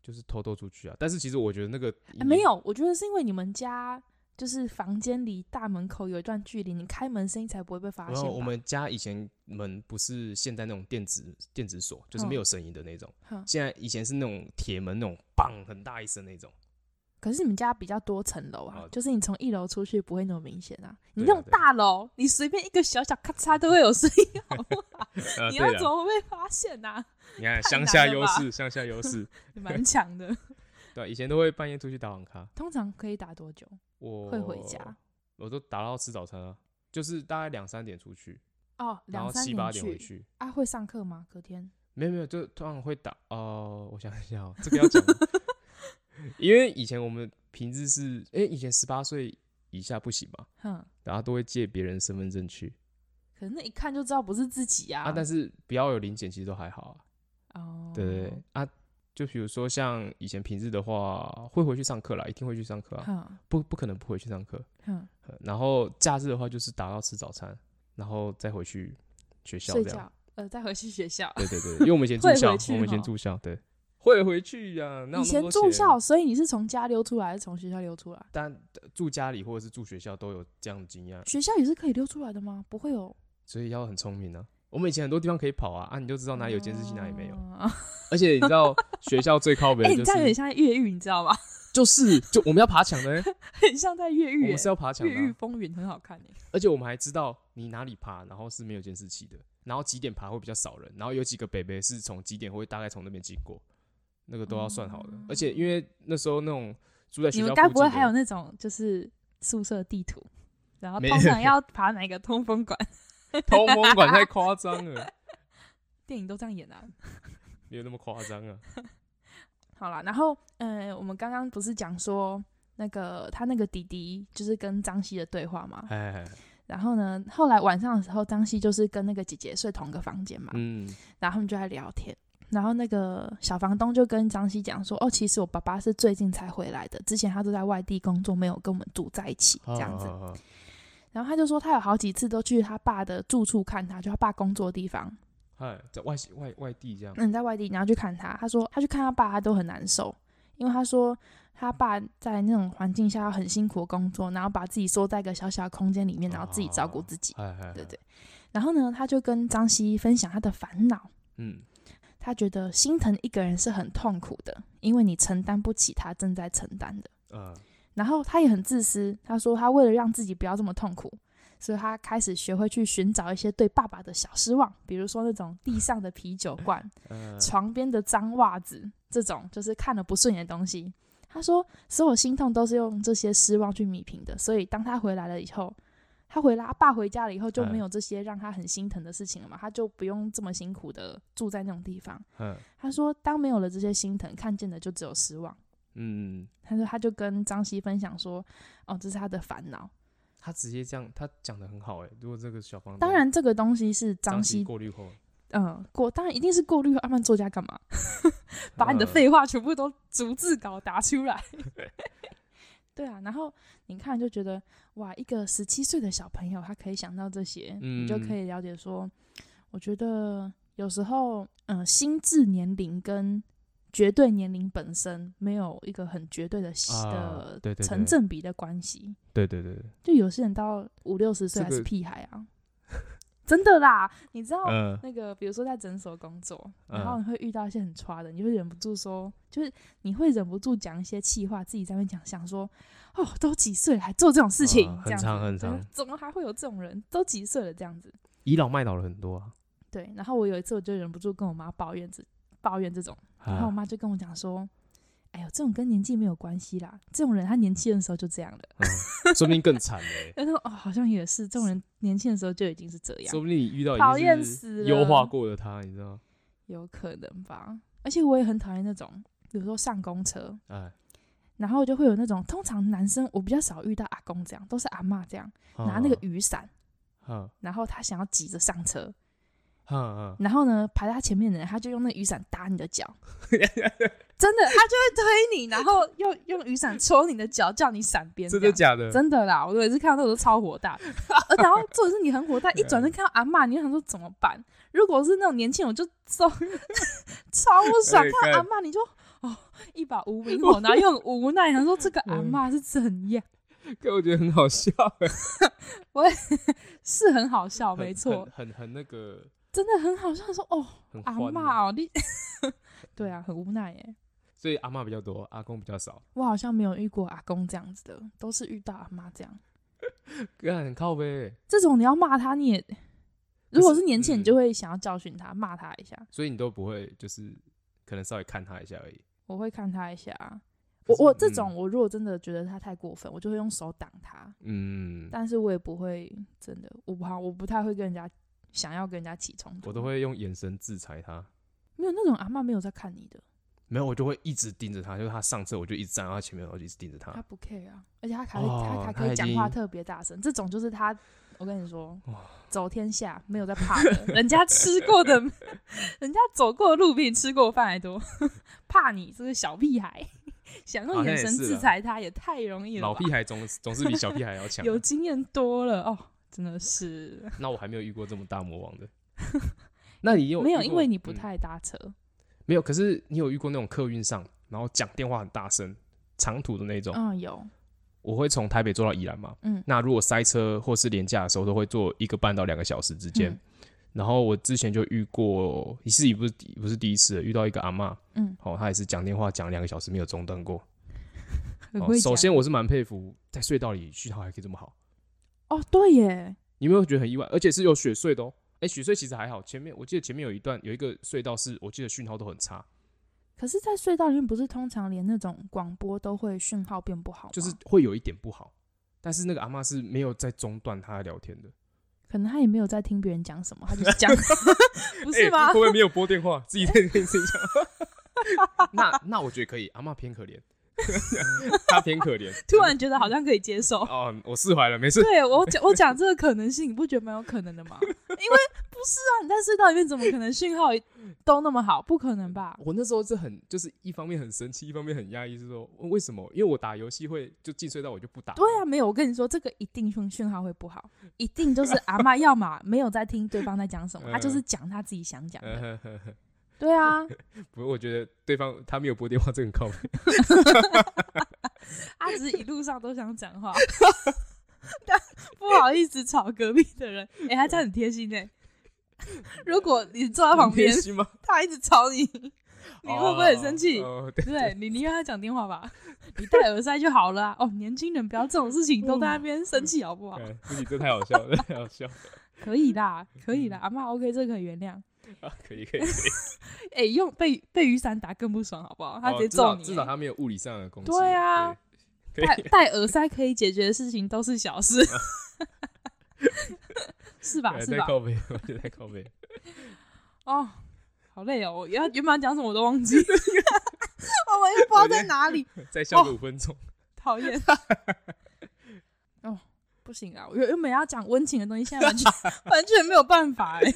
就是偷偷出去啊。但是其实我觉得那个、
啊没，有，我觉得是因为你们家就是房间离大门口有一段距离，你开门声音才不会被发
然
现
后
吧。
我们家以前门不是现在那种电子电子锁，就是没有声音的那种。
哼，
现在以前是那种铁门那种棒很大一声那种。
可是你们家比较多层楼啊
哦，
就是你从一楼出去不会那么明显啊。你
对
那
啊
种
对啊
大楼，你随便一个小小咔嚓都会有声 音，好不好？
呃，
你
对
要怎
了，
么被发现呐、啊？
你看
太
乡
难
下
了
优
吧
势，乡下优势。
你 蛮强的。
对啊，以前都会半夜出去打网咖，
通常可以打多久？
我
会回家，
我都打到吃早餐啊，就是大概两三点出去，
哦，
然
两
后
三
七八点回
点去
去。
啊？会上课吗？隔天？
没有没有，就通常会打哦、我想一下、哦，这个要讲吗， 因为以前我们平日是，哎、以前十八岁以下不行嘛，
哼，
然后都会借别人身份证去
可能一看就知道不是自己啊。
啊，但是不要有零检，其实都还好啊。
哦，
对对对啊，就比如说像以前平日的话，会回去上课啦，一定会去上课啊，
哼
不不可能不回去上课。
哼，
呃然后假日的话，就是打到吃早餐，然后再回去学校
睡
这样
觉。，呃，再回去学校。
对对对，因为我们以前住
会
校，
回去
我们以前
哦
住校，对，会回去呀、啊。哪有那么
以前
多
住
钱
校，，所以你是从家溜出来，还是从学校溜出来？
但住家里或者是住学校都有这样的经验，
学校也是可以溜出来的吗？不会有，
所以要很聪明啊。我们以前很多地方可以跑啊，啊，你就知道哪里有监视器，哪里没有。
啊
而且你知道学校最 靠北
哎、
的
你
就
这样有
是，
点像越狱，你知道吗？
就是就我们要爬墙的欸、
很像在越
我
狱、
们是
欸。
要爬墙
越
的
狱
啊，
风云很好看诶、
而且我们还知道你哪里爬，然后是没有监视器的，然后几点爬会比较少人，然后有几个北北是从几点会大概从那边经过，那个都要算好的。而且因为那时候那种住在学
你
校
们
附
该
近
不会
的
还有那种就是宿舍地图，然后
没
通常 要爬哪个通风管？
通风管太夸张了，
电影都这样演啊。
没有那么夸张啊。
好啦，然后呃，我们刚刚不是讲说那个他那个弟弟就是跟张希的对话嘛？
哎，
然后呢，后来晚上的时候，张希就是跟那个姐姐睡同个房间嘛，
嗯，
然后他们就在聊天。然后那个小房东就跟张希讲说：“哦，其实我爸爸是最近才回来的，之前他都在外地工作，没有跟我们住在一起这样子。
好，好好
然后他就说他有好几次都去他爸的住处看他，就他爸工作的地方，
嗨，在外外外地这样，
嗯，在外地，然后去看他。他说他去看他爸，他都很难受，因为他说他爸在那种环境下很辛苦的工作，然后把自己缩在一个小小的空间里面，然后自己照顾自己。
嗨嗨，
对
嗨
对，然后呢，他就跟张希分享他的烦恼，
嗯，
他觉得心疼一个人是很痛苦的，因为你承担不起他正在承担的。
啊，
然后他也很自私，他说他为了让自己不要这么痛苦，所以他开始学会去寻找一些对爸爸的小失望，比如说那种地上的啤酒罐、
嗯
床边的脏袜子这种，就是看了不顺眼的东西。他说，所有心痛都是用这些失望去弥平的，所以当他回来了以后，他回来，他爸回家了以后就没有这些让他很心疼的事情了嘛，他就不用这么辛苦的住在那种地方。
嗯
他说，当没有了这些心疼，看见的就只有失望。
嗯，
他说他就跟张希分享说，哦，这是他的烦恼。
他直接这样，他讲的很好哎。如果这个小房东
当然，这个东西是张
张
希，
过滤后，
嗯、过，当然一定是过滤。阿曼作家干嘛？ 把你的
嗯
废话全部都逐字稿打 出来。对啊，然后你看就觉得哇，一个十七岁的小朋友，他可以想到这些，你就
嗯
可以了解说，我觉得有时候，嗯、心智年龄跟绝对年龄本身没有一个很绝对的、
啊
的
对对对
成正比的关系。
对对对，对
就有些人到五六十岁
这
还
个
是屁孩 啊，真的啦。你知道、
嗯，
那个，比如说在诊所工作，
嗯
然后你会遇到一些很差的，你会忍不住说，就是你会忍不住讲一些气话，自己在那边讲，想说，哦，都几岁了还做这种事情，
啊
这样子
很常很常
嗯怎么还会有这种人？都几岁了这样子？
倚老卖老了很多啊。
对。然后我有一次我就忍不住跟我妈抱怨这抱怨这种，然后我
啊
妈就跟我讲说。哎呦，这种跟年纪没有关系啦，这种人他年轻的时候就这样了。
嗯说不定更惨 嘞，
但是哦，好像也是，这种人年轻的时候就已经是这样
说，不定你遇到已
讨
经
厌
是
死了
优化过的他，你知道吗？
有可能吧。而且我也很讨厌那种，比如说上公车，
哎，
然后就会有那种，通常男生我比较少遇到阿公这样，都是阿嬷这样拿
哦
那个雨伞，
哈
然后他想要急着上车，
哈哈，
然后呢排在他前面的人他就用那雨伞打你的脚， 真的，他就会推你，然后用用雨伞戳你的脚，叫你闪边这
真
样，
的假的？
真的啦，我每次看到这个都超火大， 呃然后重点是你很火大，一
嗯
转身看到阿嬷，你就想说怎么办？如果是那种年轻人，我就走， 超不爽。
哎
看到阿
看
嬷，你就哦一把无名火，然后又很无奈，想说这个
嗯
阿嬷是怎样？
可我觉得很好笑，
是很好笑，
很
没错，
很很很那个，
真的很好笑。说哦，
很
阿
欢啊
嬷哦，你 对啊，很无奈耶。
所以阿嬷比较多，阿公比较少，
我好像没有遇过阿公这样子的，都是遇到阿嬷这样。
干很靠呗。
这种你要骂他，你也如果
可是
是年轻人，
嗯
你就会想要教训他，骂他一下。
所以你都不会就是可能稍微看他一下而已。
我会看他一下。
可
我
是
我这
嗯
种，我如果真的觉得他太过分，我就会用手挡他，
嗯，
但是我也不会真的，我不好，我不太会跟人家想要跟人家起冲突。
我都会用眼神制裁他。
没有那种阿嬷没有在看你的，
没有，我就会一直盯着他，就是他上车，我就一直站在他前面，我就一直盯着他
她。不 care 啊，而且她还会、
哦
她
她
还可以
已
讲话
经
特别大声，这种就是她，我跟你说
哇，
走天下没有在怕的，人家吃过的，人家走过的路比你吃过的饭还多， 怕你这个小屁孩，想
好
用
像
眼
也
神
是
制
啦
裁他也太容易了吧，
老屁孩总总是比小屁孩要强啊。
有经验多了哦，真的是
那我还没有遇过这么大魔 王的。那你有
没有，
遇
因
过
为你不
嗯
太搭车。
没有，可是你有遇过那种客运上，然后讲电话很大声，长途的那种。
嗯，有，
我会从台北坐到宜兰嘛，
嗯
那如果塞车或是廉价的时候，都会坐一个半到两个小时之间。
嗯
然后我之前就遇过，一次也不是也不是第一次了，遇到一个阿嬷，
嗯，
哦，她也是讲电话讲两个小时没有中断过。
很
哦
会
首
讲
先我是蛮佩服，在隧道里续航还可以这么好，
哦，对耶，
你有没有觉得很意外？而且是有雪隧的哦。哎，雪隧其实还好，前面我记得前面有一段有一个隧道是我记得讯号都很差，
可是，在隧道里面不是通常连那种广播都会讯号变不好吗？
就是会有一点不好。但是那个阿嬷是没有在中断他聊天的，
可能他也没有在听别人讲什么，他就是 讲， 不是
哎
吗？
会不会没有拨电话，自己在那边自己讲？ 那那我觉得可以，阿嬷偏可怜， 她偏可怜。
突然觉得好像可以接 受。
哦，我释怀了，没事。
对我讲，我讲这个可能性，你不觉得蛮有可能的吗？因为不是啊，你在隧道里面怎么可能讯号都那么好？不可能吧？
我那时候是很，就是一方面很生气，一方面很压抑，是说为什么？因为我打游戏会就进隧道，我就不打。
对啊，没有，我跟你说，这个一定讯讯号会不好，一定就是阿嬷要么没有在听对方在讲什么，
嗯
她就是讲她自己想讲的。
嗯。呵 呵呵
对啊，
不过我觉得对方他没有拨电话，这个很靠谱。
她只是一路上都想讲 话，但不好意思吵隔壁的人。哎、她这样很贴心哎、如果你坐在旁
很贴
边，
心吗？
他一直 吵你， 你会不会很生气？
哦哦对，
对你宁愿他讲电话吧，你戴耳塞就好了、啊。哦，年轻人不要这种事情都在那边生气好不好？
嗯自己这太好笑了，太好笑 了
可以啦，可
嗯
以啦，阿妈 OK，这个可以原谅。
啊！可以可以，
哎、用被被雨伞打更不爽好不 好？他
哦
直接
至少
揍你、
至少他没有物理上的攻击。
对啊
对，可
戴
以
戴耳塞可以解决的事情都是小事，是吧？
哎
是
在
吧？
靠背，我觉得在靠 背。
哦，好累哦，我要原本要讲什么我都忘 记，我们又不知道在哪里。
再笑个五分钟，
讨厌。哦，不行啊！我原原本要讲温情的东西，现在完全完全没有办法哎、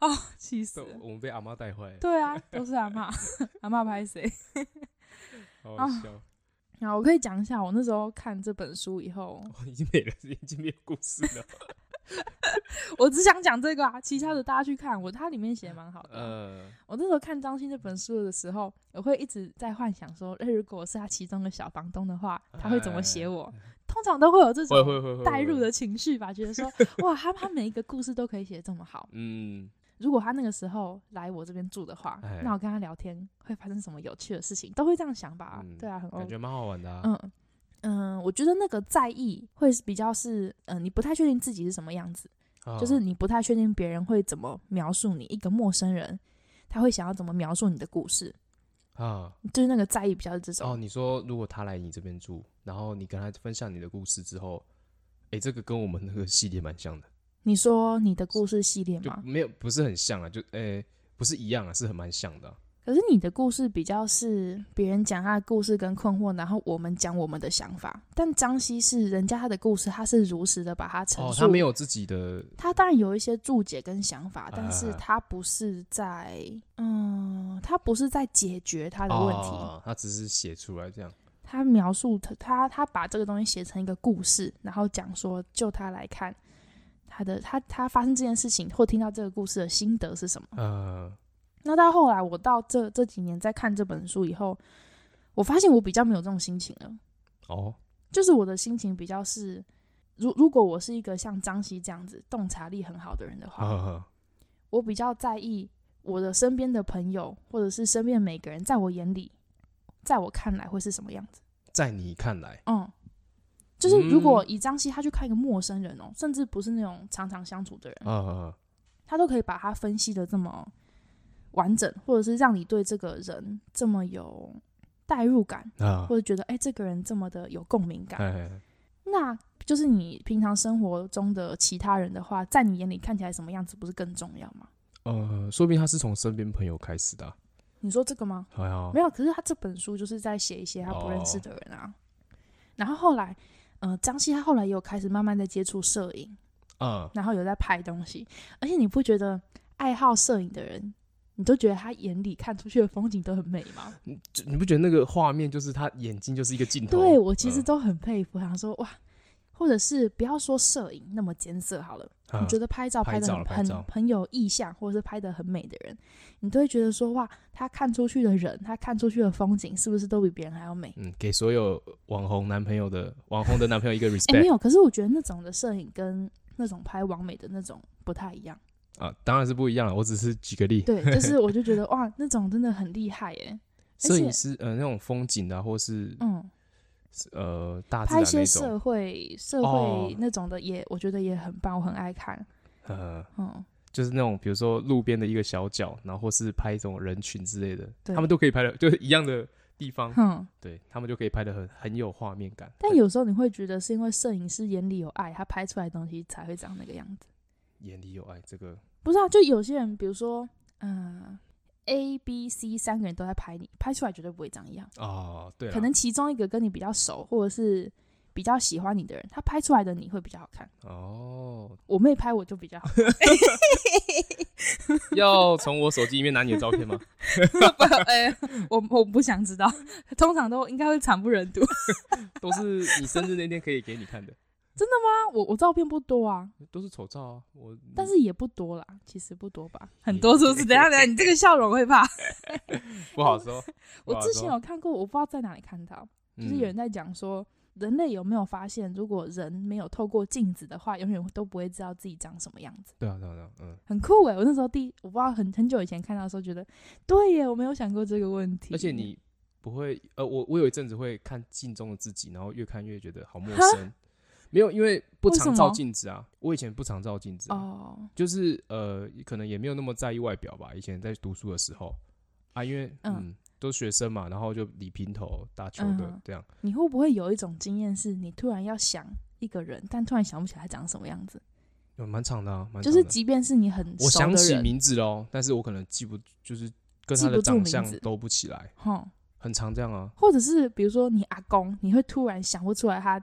哦，气死
我
了！
我们被阿妈带坏了，
对啊，都是阿妈，阿妈拍谁？
好好笑。
啊然后我可以讲一下，我那时候看这本书以后，
哦已经没了，已经没有故事 了。
我只想讲这个啊，其他的大家去看。我它里面写得蛮好的啊、
呃，
我那时候看张欣这本书的时候，我会一直在幻想说，哎，如果我是他其中的小房东的话，他会怎么写我？ 通常都会有这
哎会
种
会会会
代啊入，
会
的情绪吧，觉得说，哇，他他每一个故事都可以写得这么好。
嗯，
如果他那个时候来我这边住的话
哎，
那我跟他聊天会发生什么有趣的事情，都会这样想吧？
嗯
对啊，很
感
OK。
觉蛮好玩的啊。
嗯嗯，我觉得那个在意会是比较是，嗯、你不太确定自己是什么样子，
啊
就是你不太确定别人会怎么描述你，一个陌生人他会想要怎么描述你的故事，
啊，
就是那个在意比较是这种。
哦，你说如果他来你这边住，然后你跟他分享你的故事之后，哎，这个跟我们那个系列蛮像的，
你说你的故事系列
就
吗？
没有不是很像啊，就哎不是一样啊，是很蛮像的啊。
可是你的故事比较是别人讲他的故事跟困惑，然后我们讲我们的想法。但张希是人家他的故事，他是如实的把它陈
哦，
述
他没有自己的
他当然有一些注解跟想法，但是
啊
他不是在，嗯，他不是在解决他的问题，
哦，他只是写出来这样。
他描述他他他把这个东西写成一个故事，然后讲说，就他来看，他的他他发生这件事情或听到这个故事的心得是什么。
呃，
那到后来，我到这这几年在看这本书以后，我发现我比较没有这种心情了，
哦，
就是我的心情比较是。如如果我是一个像张希这样子洞察力很好的人的话，
啊，
我比较在意我的身边的朋友，或者是身边每个人，在我眼里，在我看来会是什么样子。
在你看来，
嗯，就是
嗯
如果以张希他去看一个陌生人哦，甚至不是那种常常相处的人，
啊，
他都可以把他分析的这么完整，或者是让你对这个人这么有代入感，
啊，
或者觉得哎、这个人这么的有共鸣感。
哎，
那就是你平常生活中的其他人的话，在你眼里看起来什么样子，不是更重要吗？
呃，说不定他是从身边朋友开始的啊，哎
你说这个吗？
好像
没有，可是他这本书就是在写一些他不认识的人啊。然后后来，呃，张希他后来也有开始慢慢在接触摄影，
啊，
然后有在拍东西。而且你不觉得爱好摄影的人，你都觉得他眼里看出去的风景都很美 吗？
就你不觉得那个画面就是他眼睛就是一个镜头？
对我其实
嗯
都很佩服，想说哇，或者是不要说摄影那么艰涩好了，
啊
你觉得拍照
拍
拍的
照
很
了拍照
很很有意象，或者是拍的很美的人，你都会觉得说哇，他看出去的人，他看出去的风景，是不是都比别人还要美？
嗯，给所有网红男朋友的网红的男朋 友一个
哎、没
respect、
有，可是我觉得那种的摄影跟那种拍完美的那种不太一样。
啊，当然是不一样了。我只是举个例，
对，就是我就觉得哇，那种真的很厉害耶。且
摄影师呃那种风景的啊、或是、
嗯，
呃大自
拍一
然
些
那种，
社会社
哦
会那种的也，我觉得也很棒，我很爱看。
呃，
嗯，
就是那种比如说路边的一个小角，然后或是拍一种人群之类的，
对
他们都可以拍的，就是一样的地 方，
哼。
对他们就可以拍的很很有画面感。
但
很
有时候你会觉得是因为摄影师眼里有爱，他拍出来的东西才会长那个样子。
眼里有爱，这个
不是啊，就有些人，比如说，嗯、a B、C 三个人都在拍你，拍出来绝对不会长一样。
哦，对啦，
可能其中一个跟你比较熟，或者是比较喜欢你的人，他拍出来的你会比较好看。
哦，
我妹拍我就比较好看，
要从我手机里面拿你的照片吗？
不哎、我我不想知道，通常都应该会惨不忍睹。
都是你生日那天可以给你看的，
啊，我我照片不多啊，
都是丑照啊。我
但是也不多啦，其实不多吧，很多是不 是？等一下等一下，你这个笑容会怕。
不好说，不
我
好
之前
说
有看过，我不知道在哪里看到， 就是
嗯
有人在讲说，人类有没有发现，如果人没有透过镜子的话，永远都不会知道自己长什么样子，
对啊对啊对啊，嗯，
很酷欸诶、我那时候第我不知道很很久以前看到的时候，觉得对耶，我没有想过这个问题。
而且你不会，呃，我我有一阵子会看镜中的自己，然后越看越觉得好陌
哈
生。没有，因为不
为什
常照
么
镜子啊。我以前不常照镜子、啊，
哦，
就是呃，可能也没有那么在意外表吧。以前在读书的时候啊，因为
嗯
嗯都是学生嘛，然后就理平头、打球
嗯
的这样。
你会不会有一种经验，是你突然要想一个人，但突然想不起来他长什么样子？
有蛮长的啊，蛮
就
长
是
的
即便是你很
我
熟
想
的
起
人，
名字喽，但是我可能记不，就是跟
记
他
不
的
住
长
名
相
字
都不起来，
哼。
很常这样啊。
或者是比如说你阿公，你会突然想不出来他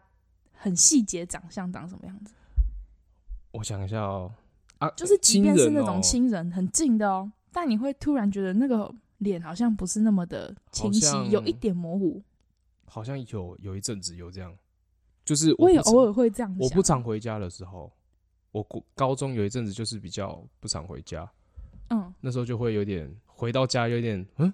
很细节长相长什么样子，
我想一下哦，啊，
就是即便是
亲
那
人
种
哦
亲人很近的哦，但你会突然觉得那个脸好像不是那么的清晰
好，像
有一点模糊。
好像有有一阵子有这样，就是
我
不
也
常
偶尔会这样想，
我不常回家的时候，我国高中有一阵子就是比较不常回家，
嗯，
那时候就会有点回到家有点嗯，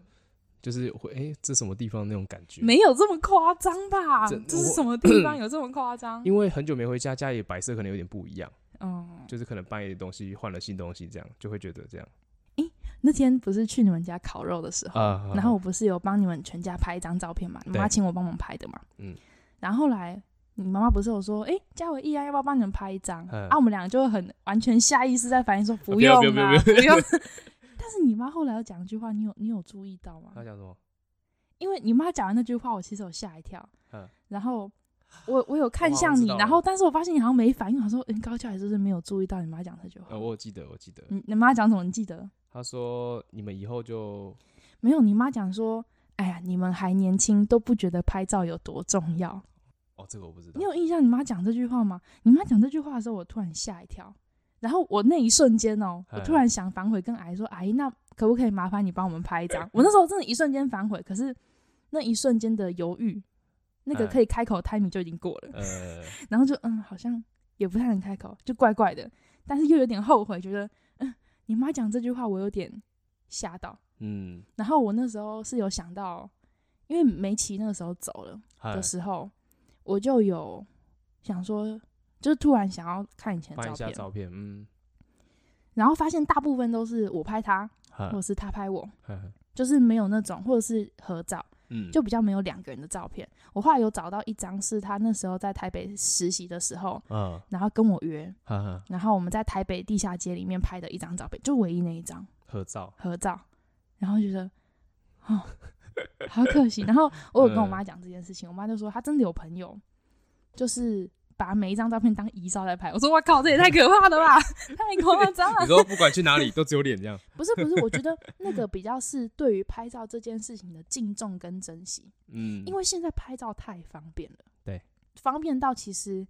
就是会哎、这什么地方那种感觉，
没有这么夸张吧？
这
这是
我
什么 地方有这么夸张？
因为很久没回家，家里摆设可能有点不一样，
嗯，
就是可能半夜的东西换了新东西，这样就会觉得这样
那天不是去你们家烤肉的时候，
啊
哦然后我不是有帮你们全家拍一张照片嘛，你妈
对
请我帮忙拍的嘛。
嗯。
然后后来你妈妈不是有说，哎、嘉伟毅啊，要不要帮你们拍一张？
嗯啊
啊，我们两个就很完全下意识在反应说不
不要
用
不要
啦，
不
不用。 但是你妈后来有讲一句话，你有你有注意到吗？
他讲什么？
因为你妈讲完那句话，我其实有吓一跳。
嗯
然后我我有看
我好像
向你
知道，了
然后但是我发现你好像没反应，我说，嗯，高教也就是没有注意到你妈讲这句话。
呃，我有记得我记得，
你你妈讲什么？你记得？
他说你们以后就
没有，你妈讲说，哎呀，你们还年轻，都不觉得拍照有多重要。
哦，这个我不知道
你，有印象你妈讲这句话吗？你妈讲这句话的时候，我突然吓一跳，然后我那一瞬间哦，我
哎
突然想反悔，跟阿姨说，阿姨，那可不可以麻烦你帮我们拍一张？我那时候真的一瞬间反悔，可是那一瞬间的犹豫，那个
哎
可以开口的 timing 就已经过了，
呃，
然后就嗯，好像也不太能开口，就怪怪的，但是又有点后悔，觉得嗯，你妈讲这句话，我有点吓到。
嗯，
然后我那时候是有想到，因为梅奇那个时候走了
嗨
的时候，我就有想说，就是突然想要看以前的
翻一
照
下
片，
照片，嗯，
然后发现大部分都是我拍他，
嗨
或者是他拍我，
嗨嗨
就是没有那种或者是合照，
嗯，
就比较没有两个人的照片。我后来有找到一张是他那时候在台北实习的时候，
嗯，
然后跟我约，
哈哈，
然后我们在台北地下街里面拍的一张照片，就唯一那一张。
合照，
合照，然后觉得哦，好可惜。然后我有跟
嗯
我妈讲这件事情，我妈就说她真的有朋友，就是把每一张照片当遗照在拍。我说我靠，这也太可怕了吧，太夸张
你
了。
说不管去哪里都只有脸这样，
不是不是，我觉得那个比较是对于拍照这件事情的敬重跟珍惜，
嗯，
因为现在拍照太方便了，
对，
方便到其实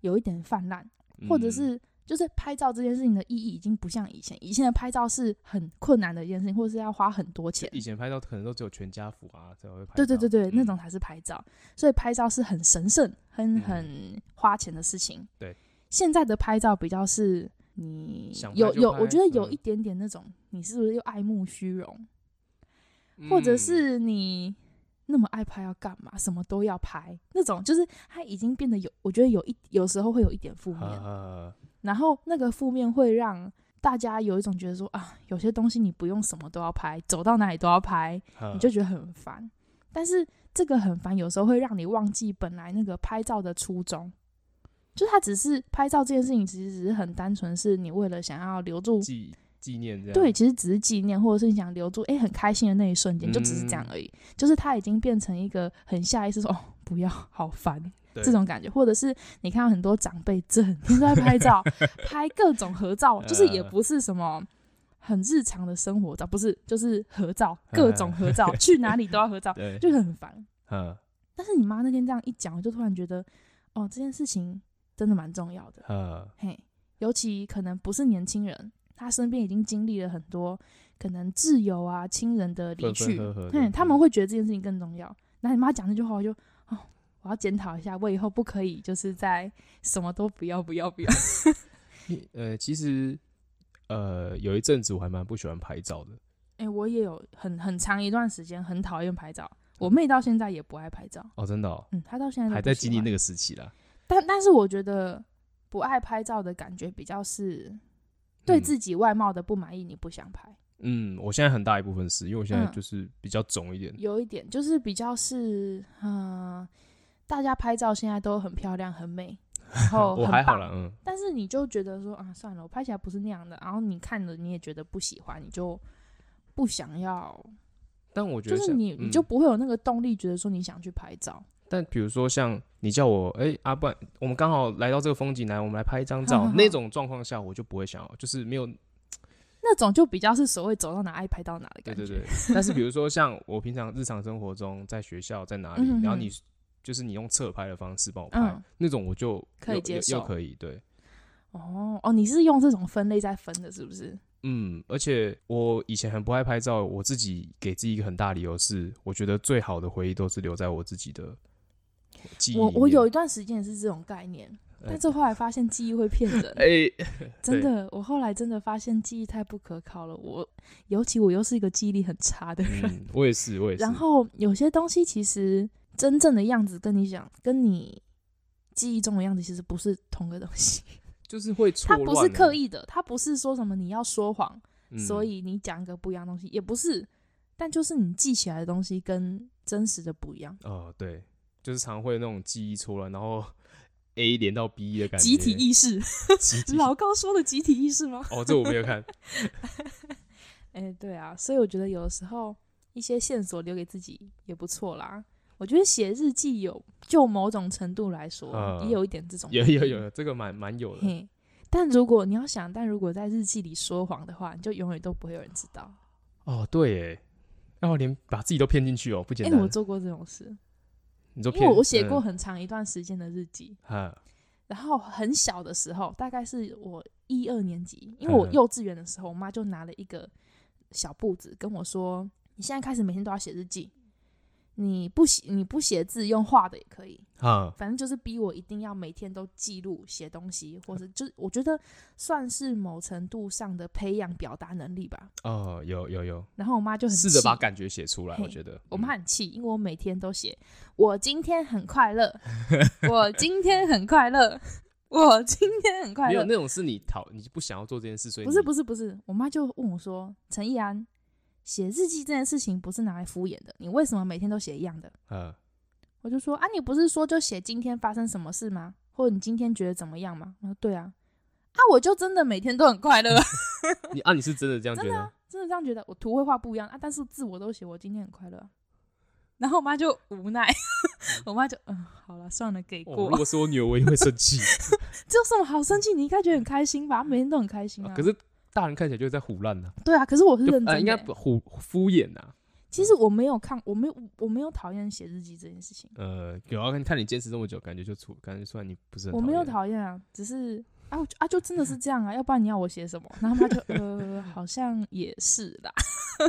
有一点泛滥，或
嗯
者是就是拍照这件事情的意义已经不像以前，以前的拍照是很困难的一件事情，或者是要花很多钱
以。前拍照可能都只有全家福啊才会拍照，
对对对对，
嗯
那种才是拍照，所以拍照是很神圣、很
嗯
很花钱的事情。
对，
现在的拍照比较是你
想拍
有
就
有，
拍
我觉得有
嗯
一点点那种，你是不是又爱慕虚荣，或
嗯
者是你那么爱拍要干嘛？什么都要拍，那种就是它已经变得有，我觉得有一有时候会有一点负
嗯
面，
啊
然后那个负面会让。大家有一种觉得说啊，有些东西你不用什么都要拍，走到哪里都要拍，
啊
你就觉得很烦。但是这个很烦，有时候会让你忘记本来那个拍照的初衷，就它只是拍照这件事情，其实只是很单纯，是你为了想要留住
记纪念这样。
对，，其实只是纪念，或者是你想留住，哎、很开心的那一瞬间，就只是
嗯
这样而已。就是他已经变成一个很下意识说，哦，不要，好烦。
对
这种感觉，或者是你看到很多长辈整天都在拍 照，拍各种合照，就是
嗯
也不是什么很日常的生活照，不是，就是合照，
嗯
各种合 照，去哪里都要合照，
对，
就很烦。
嗯
但是你妈那天这样一讲，我就突然觉得，哦，这件事情真的蛮重要的。
嗯，
嘿，尤其可能不是年轻人，他身边已经经历了很多可能挚友啊、亲人的离
分分
去，
合合的
嗯，他们会觉得这件事情更重要。那你妈讲这句话，我就哦，我要检讨一下，我以后不可以就是在什么都不要、不要、不要。
你呃，其实呃，有一阵子我还蛮不喜欢拍照的。
哎、我也有很很长一段时间很讨厌拍照，我妹到现在也不爱拍照，
哦，真的、哦，
嗯，她到现在都
嗯还
不
在
喜
经历
欢
那个时期啦。
但但是我觉得不爱拍照的感觉比较是对
嗯
自己外貌的不满意，你不想拍。
嗯，我现在很大一部分是因为我现在
嗯
就是比较肿一点，
有一点就是比较是，嗯、大家拍照现在都很漂亮、很美， 然后
我
很
还好
棒
啦，嗯，
但是你就觉得说啊，算了，我拍起来不是那样的，然后你看了你也觉得不喜欢，你就不想要，
但我觉
就
得
是
像
你、你
嗯
就不会有那个动力，觉得说你想去拍照。
但比如说像你叫我，哎、阿、不然我们刚好来到这个风景来，我们来拍一张照
好好好
那种状况下，我就不会想要，就是没有，
那种就比较是所谓走到哪爱拍到哪的
对
感
对
觉，
对。但是比如说像我平常日常生活中，在学校在哪里，
嗯哼哼
然后你就是你用侧拍的方式帮我拍，
嗯
那种我就
可以
又
接
又
受
又可以对，
哦哦，你是用这种分类在分的，是不是？
嗯。而且我以前很不爱拍照，我自己给自己一个很大理由是，我觉得最好的回忆都是留在我自己的记忆
我
里
我
面呃
有一段时间也是这种概念，但是后来发现记忆会骗 人。
哎、
真
对
的，我后来真的发现记忆太不可靠了。我尤其我又是一个记忆力很差的 人，
嗯，我也是，我也是，
然后有些东西其实真正的样子跟你讲，跟你记忆中的样子其实不是同个东 西。
就是会错
它
乱、啊欸
不是刻，意的，它不是说什么你要说谎，
嗯
所以你讲一个不一样的东西，也不是。但就是你记起来的东西跟真实的不一样，
呃，对，就是常会那种记忆错乱，然后 A 连到 B 的感觉，
集体意识，
集体
老高说的集体意识吗？
哦，这我没有看，
哎、对啊，所以我觉得有的时候一些线索留给自己也不错啦。我觉得写日记有，就某种程度来说，
嗯
也有一点这种
有
意义
有有，这个蛮蛮有的，
嘿，但如果你要想，但如果在日记里说谎的话，你就永远都不会有人知道。
哦，对耶，那我连把自己都骗进去哦，不简
哎、
单，
我做过这种事，
你都
因
骗
为我写过
嗯
很长一段时间的日记，
啊，
然后很小的时候，大概是我一二年级，因为我
嗯哼
幼稚园的时候，我妈就拿了一个小簿子跟我说：“你现在开始每天都要写日记，你不写你不写字用画的也可以，
啊，
反正就是逼我一定要每天都记录写东西，或者就是我觉得算是某程度上的培养表达能力吧。
哦，有有有，”
然后我妈就很
试着
气
把感觉写出来，
嘿
我觉得嗯
我妈很气，因为我每天都写“我今天很快 乐”，我今天很快乐，我今天很
嗯
快
没有
乐。
那种是你讨你不想要做这件事，所以
不是
你
不是不是，我妈就问我说：“陈意安，写日记这件事情不是拿来敷衍的，你为什么每天都写一样的
呃？”
我就说：“啊，你不是说就写今天发生什么事吗？或者你今天觉得怎么样吗？”我说：“对啊，啊，我就真的每天都很快乐啊，
你啊，你是真的这样觉得？
真的这样觉得。我图会画不一样啊，但是字我都写，我今天很快乐啊、然后我妈就无奈， 我妈就嗯，好了，算了， 给
哦
过。
如果是我女儿，我也会生 气，
这有什么好生气？你应该觉得很开心吧？她每天都很开心啊。
哦可是大人看起来就是在胡乱呐，
对啊，可是我是
就
认真的、
呃应该不胡敷衍啊呐，
其
嗯
实我没有看，我没有，我没有讨厌写日记这件事情，
呃，有啊，看看你坚持这么久，感觉就出，感觉出来你不是很
我没有
厌
讨厌啊，只是啊我就啊就 真的是这样啊，要不然你要我写什么？然后他就呃，好像也是啦，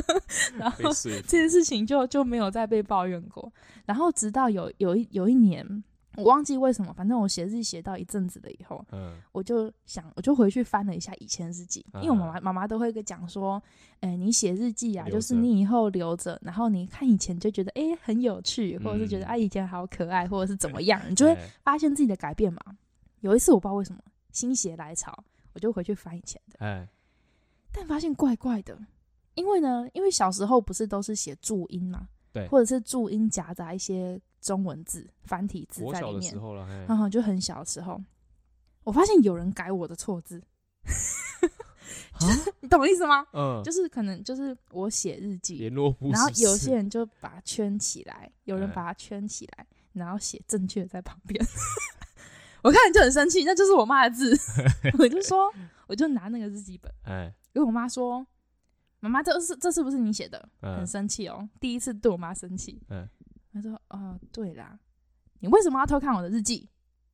然后
被说 服
这件事情就就没有再被抱怨过。然后直到有有一有一年，我忘记为什么，反正我写日记写到一阵子了以后，
嗯
我就想，我就回去翻了一下以前日记，因为我妈妈妈妈都会跟讲说，哎、你写日记啊，
嗯留着
就是你以后留着，然后你看以前就觉得哎、诶很有趣，或者是觉得、
嗯
啊以前好可爱，或者是怎么样，你就会
哎
发现自己的改变嘛。有一次我不知道为什么心血来潮，我就回去翻以前的，
哎
但发现怪怪的，因为呢，因为小时候不是都是写注音嘛，
对
或者是注音夹杂一些中文字、繁体字
我
在
小
里
的
面嗯
时，候了，哎
然后就很小的时候，我发现有人改我的错字，你懂我意思吗？
嗯，
就是可能就是我写日记，
联络部
然后
是不
有
是
些人就把它圈起来，有人
哎
把它圈起来，然后写正确在旁边。 我看你就很生气，那就是我妈 的字，我就说，我就拿那个日记本，
哎
因为我妈说，妈妈这是这是不是你写的？很
嗯
生气哦，第一次对我妈生气。
嗯
她说：“哦，对啦，你为什么要偷看我的日记？”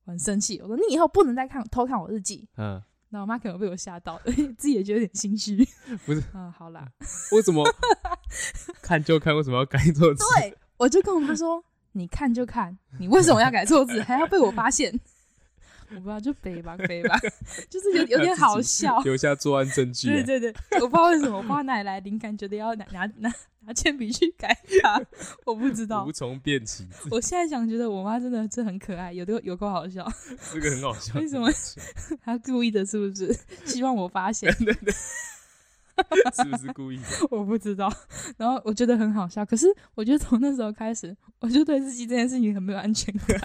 我很生气，我说：“你以后不能再看偷看我日记。
嗯，”
然后我妈可能被我吓到， 自己也觉得有点心 虚。
不是
啊、好啦，
为 什么看就看，为什么要改错字？
对，我就跟我妈说：“你看就看，你为什么要改错字，还要被我发现？” 我不知道，就背吧背吧， 就是有有啊点好笑。
留下作案证据
对
哎。
对对，我不知道为什么，我不知道哪里来灵感，觉得要拿拿拿拿铅笔去改它，我不知道
无。从辨起，
我现在想，觉得我妈真的是很可爱，有的有够好笑，
这个很好笑。
为什么她故意的，是不是？ 希望我发现，
是不是故意的？
我不知道。然后我觉得很好笑，可是我觉得从那时候开始，我就对自己这件事情很没有安全感，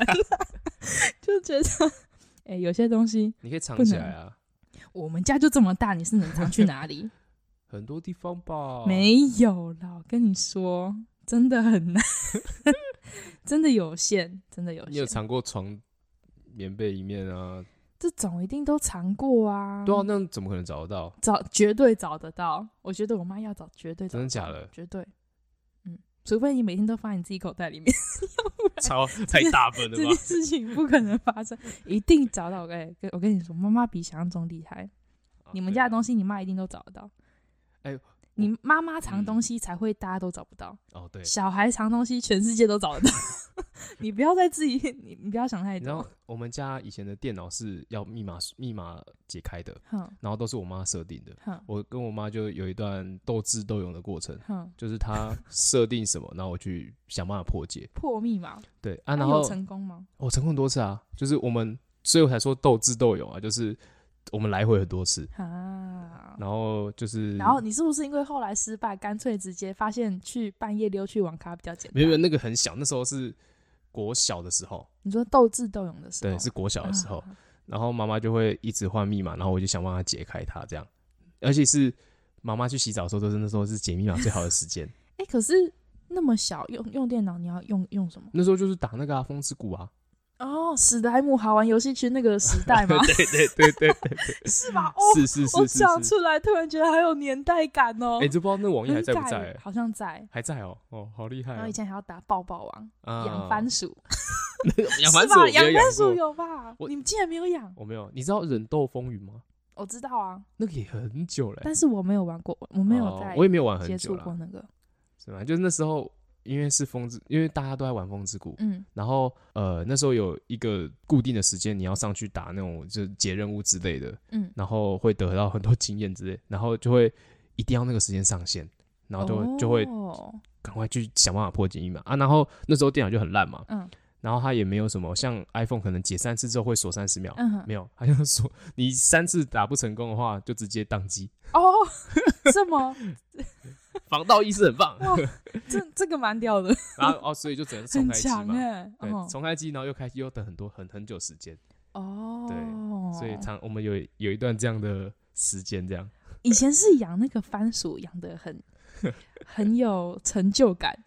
就觉得，哎、有些东西
你可以藏
不
起
能
来啊，
我们家就这么大，你是能藏去哪里？
很多地方吧。
没有啦，我跟你说，真的很难， 真的有限，真的有限。
你有藏过床棉被里面啊？
这种一定都尝过啊，
对啊，那怎么可能找得到？
找绝对找得到。我觉得我妈要找绝对找
真
得
的
到，
假的？
绝对。嗯，除非你每天都放在你自己口袋里面，
超太大份
这件？事情不可能发生，一定找到。哎、跟我跟你说，妈妈比想象中厉害。
哦
你们家的东
西
西，你妈一定都找得到。
啊哎
你妈妈藏
嗯
东西才会大家都找不到。
哦，对。
小孩藏东西，全世界都找得到。 你不要再自己，你你不要想太
然后
多。
我们家以前的电脑是要密码密码解开的，
哼
然后都是我妈设定的。
哼
我跟我妈就有一段斗智斗勇的过程，
哼，
就是她设定什么，然后我去想办法破解。
破密码，
对啊，
那
然
有
后
成功吗？
我成功很多次啊，就是我们，所以我才说斗智斗勇啊，就是我们来回很多次，
啊。
然后就是
然后你是不是因为后来失败，干脆直接发现去半夜溜去网咖比较简
没
单？
有没有那个很小，那时候是国小的时候，
你说斗智斗勇的时候，
对，是国小的时候，
啊
然后妈妈就会一直换密码，然后我就想办法解开它，这样，而且是妈妈去洗澡的时候，都是那时候是解密码最好的时 间，
哎、可是那么小用用电脑，你要用用什么？
那时候就是打那个啊风之谷 啊，
哦，史莱姆好玩游戏区那个时 代吗？
对对对对对，
是吧？哦，
是是
我
是是
讲
是，
出来，突然觉得好有年代感哦。
哎，这不知道那网页还
很
在不
感
在
人
欸？
好像在。
还在哦，哦，好厉害
然
哦
后以！前还要打抱抱王、
啊
养番薯，
养
是
番薯
吧
我没有
养番薯
过
有吧？
我
你们竟然没有养，
我没有，你知道忍斗风云吗？
我知道啊，
那个也很久了欸、
但是我没有玩过，我没有
哦
在
我也没有玩很
接
久
触过
了，
那个。
是吧？就是那时候，因为是风之，因为大家都在玩风之谷，
嗯
然后呃那时候有一个固定的时间，你要上去打那种就是解任务之类的，
嗯，
然后会得到很多 经验之类，然后就会一定要那个时间上线，然后就会、
哦
就会赶快去想办法破解密码啊。然后那时候电脑就很烂嘛，
嗯
然后它也没有什么像 iPhone 可能解三次之后会锁三十秒。
嗯哼
没有，它就说你三次打不成功的话，就直接宕机。
哦， 这么
防盗意识很棒，
哇，这这个蛮屌的，
然后哦，所以就只能重
很
开机
强
嘛。
哎。
对
嗯，
重开机，然后又开机，又等很多很很久时间，
哦，
所以常我们有有一段这样的时间，这样
以前是养那个番薯，养的 很很有成就感。
欸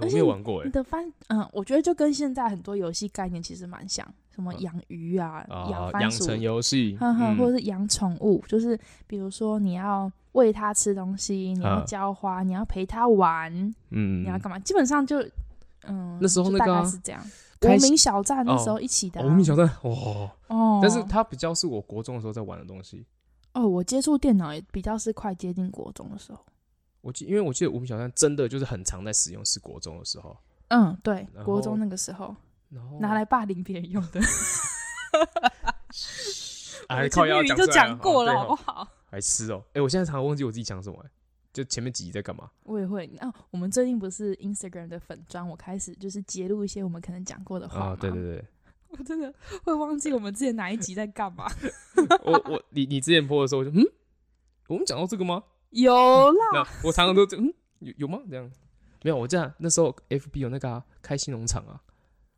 而
我
且
没有玩过哎
你，的番，嗯，我觉得就跟现在很多游戏概念其实蛮像，什么
嗯
养鱼啊、
啊，
番
养
薯
成游戏，
哼哼，或
嗯
者是养宠物，就是比如说你要喂它吃东西，你要
嗯
浇花，你要陪它玩，你要
嗯，
干嘛？基本上就嗯，
那时候
就
那
大
个
概
啊
是这样。无
开心
名小站那时候
哦
一起的、啊
哦无名小站哇，
哦，
但是它比较是我国中的时候在玩的东西。
哦，我接触电脑也比较是快接近国中的时候。
我记，因为我记得无名小站真的就是很常在使用，是国中的时候，
嗯，对，
然
国中
后哦
那个时候
然后
拿来霸凌别人用 的，我
哎
们
靠
前
腰
面
讲
明明就
出来
讲
了
过
哦
了，
对
好不
哦
好？
白痴哦，哎，我现在常常忘记我自己讲什么，欸就前面几集在干嘛？
我也会。哦，我们最近不是 Instagram 的粉砖，我开始就是揭露一些我们可能讲过的话
啊，对
吗
对对，
我真的会忘记我们之前哪一集在干嘛。
我我你你之前播的时候，我就嗯，我们讲到这个吗？
有啦，
那我常常都这嗯有有吗？这样没有，我这样那时候 FB 有那个啊、开心农场啊，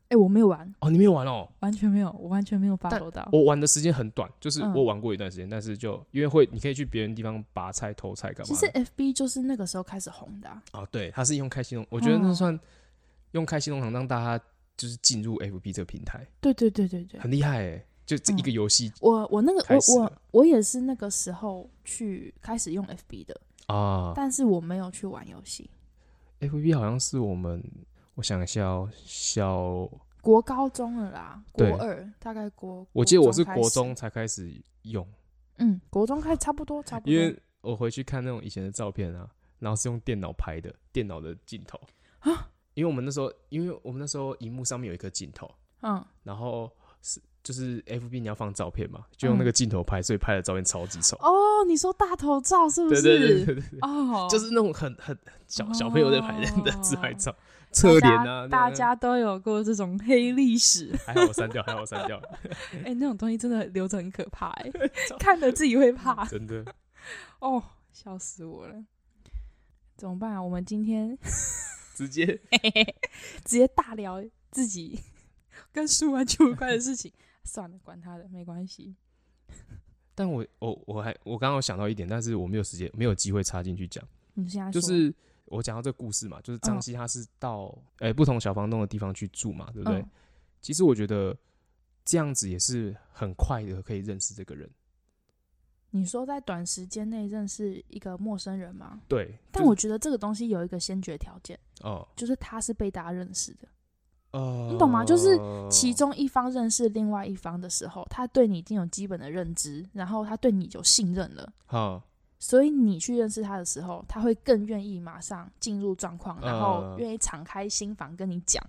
哎我没有玩，
哦，你没有玩哦，
完全没有，我完全没有 follow 到。
我玩的时间很短，就是
嗯
我玩过一段时间，但是就因为会，你可以去别人地方拔菜、偷菜干嘛的？
其实 FB 就是那个时候开始红的啊、
啊，对，它是用开
哦
心农，我觉得那算用开心农场让大家就是进入 FB 这个平台，
对对对对对，
很厉害哎，就这一个游戏
我我那个
开始
我我
了
我也是那个时候去开始用 FB 的，
啊
嗯但是我没有去玩游戏。
，FB 好像是我们，我想一下哦，小，
国高中了啦，国
对
二大概国，
我记得我是
开始
国中，才开始用，
嗯，国中开始差不多差不多，
因为我回去看那种以前的照片啊，然后是用电脑拍的，电脑的镜头
啊，
因为我们那时候，因为我们那时候荧幕上面有一个镜头，
嗯，
然后是就是 FB 你要放照片嘛，就用那个镜头拍，所以拍的照片超级丑。
嗯哦，你说大头照是不
对
是？
对对对对，对
哦，
就是那种很很小小朋友在拍的
哦
自拍照，侧脸啊，
大
那
家都有过这种黑 历史，
还好我删掉，还好我删掉，
哎、那种东西真的留着很可怕、哎
超，
看了自己会 怕，
真的
哦，笑死我了。怎么办、啊？我们今天
直接
直接大聊自己跟书完全无关的事情，算了，管他的，没关系。
但我我我还我刚刚有想到一点，但是我没有时间，没有机会插进去讲。
你现在
就
说嗯
是我讲到这个故事嘛，就是张希他是到诶、不同小房东的地方去住嘛，对不对？
嗯
其实我觉得这样子也是很快的可以认识这个人，
你说在短时间内认识一个陌生人吗？
对。
但
就
我
是
觉得这个东西有一个先决条件，
哦
就是他是被大家认识的。
呃，
你懂吗就是其中一方认识另外一方的时候，他对你已经有基本的认知，然后他对你有信任了，
哈
所以你去认识他的时候，他会更愿意马上进入状况，然后愿意敞开心房跟你讲。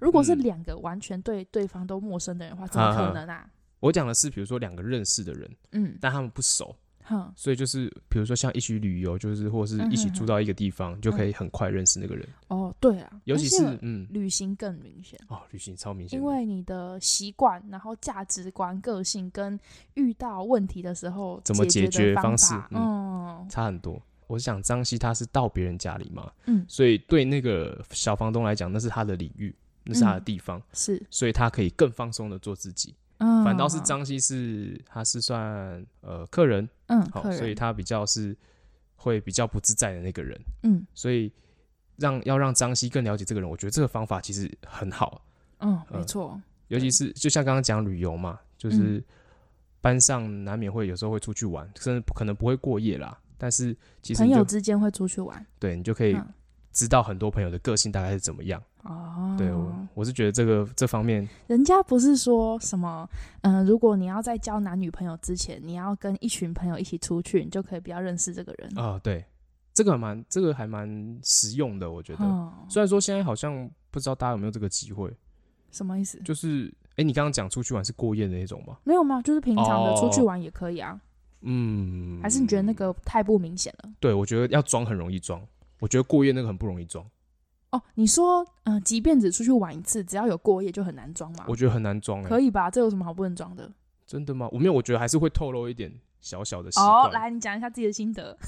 如果是
呃嗯
两个完全对对方都陌生的人的话，怎么可能啊？
我讲的是比如说两个认识的人，
嗯，
但他们不熟，
哼，
所以就是比如说像一起旅游，就是或
嗯
是一起住到一个地方，就可以很快认识那个人，
哦，对啊，
尤其是
嗯而且
嗯。
旅行更明显。
哦，旅行超明显
因
的，
为你的习惯，然后价值观、个性跟遇到问题的时候
怎么
解
解
决
决
的
方式
法，嗯
差很多。我是想张希他是到别人家里嘛，
嗯，
所以对那个小房东来讲，那是他的领域，那是他的
嗯
地方，
是，
所以他可以更放松的做自己。
嗯，
反倒是张希是他是算呃客人，
嗯，
好
客，人
所以他比较是会比较不自在的那个人，
嗯
所以让要让张希更了解这个人，我觉得这个方法其实很好，
嗯，没
呃
错，
尤其是就像刚刚讲旅游嘛，
嗯
就是班上难免会有时候会出去玩，甚至不可能不会过夜啦，但是其实
朋
你
友
就
之间会出去玩，
对你就可以
嗯
知道很多朋友的个性大概是怎么样。
哦，
对我，我是觉得这个这方面
人家不是说什么，嗯、如果你要在交男女朋友之前，你要跟一群朋友一起出去，你就可以比较认识这个人，
啊、对，这个蛮这个还蛮实用的，我觉得。
哦，
虽然说现在好像不知道大家有没有这个机会，
什么意思？
就是哎、诶你刚刚讲出去玩是过夜的那种吗？
没有吗？就是平常的出去
哦
玩也可以啊，
嗯，
还是你觉得那个太不明显了？
对我觉得要装很容易装，我觉得过夜那个很不容易装，
哦，你说，嗯、即便只出去玩一次，只要有过夜就很难装吗？
我觉得很难装、欸。
可
以？
以吧？这有什么好不能装的？
真的吗？我没有，我觉得还是会透露一点小小的习
哦
惯。，
来，你讲一下自己的心得。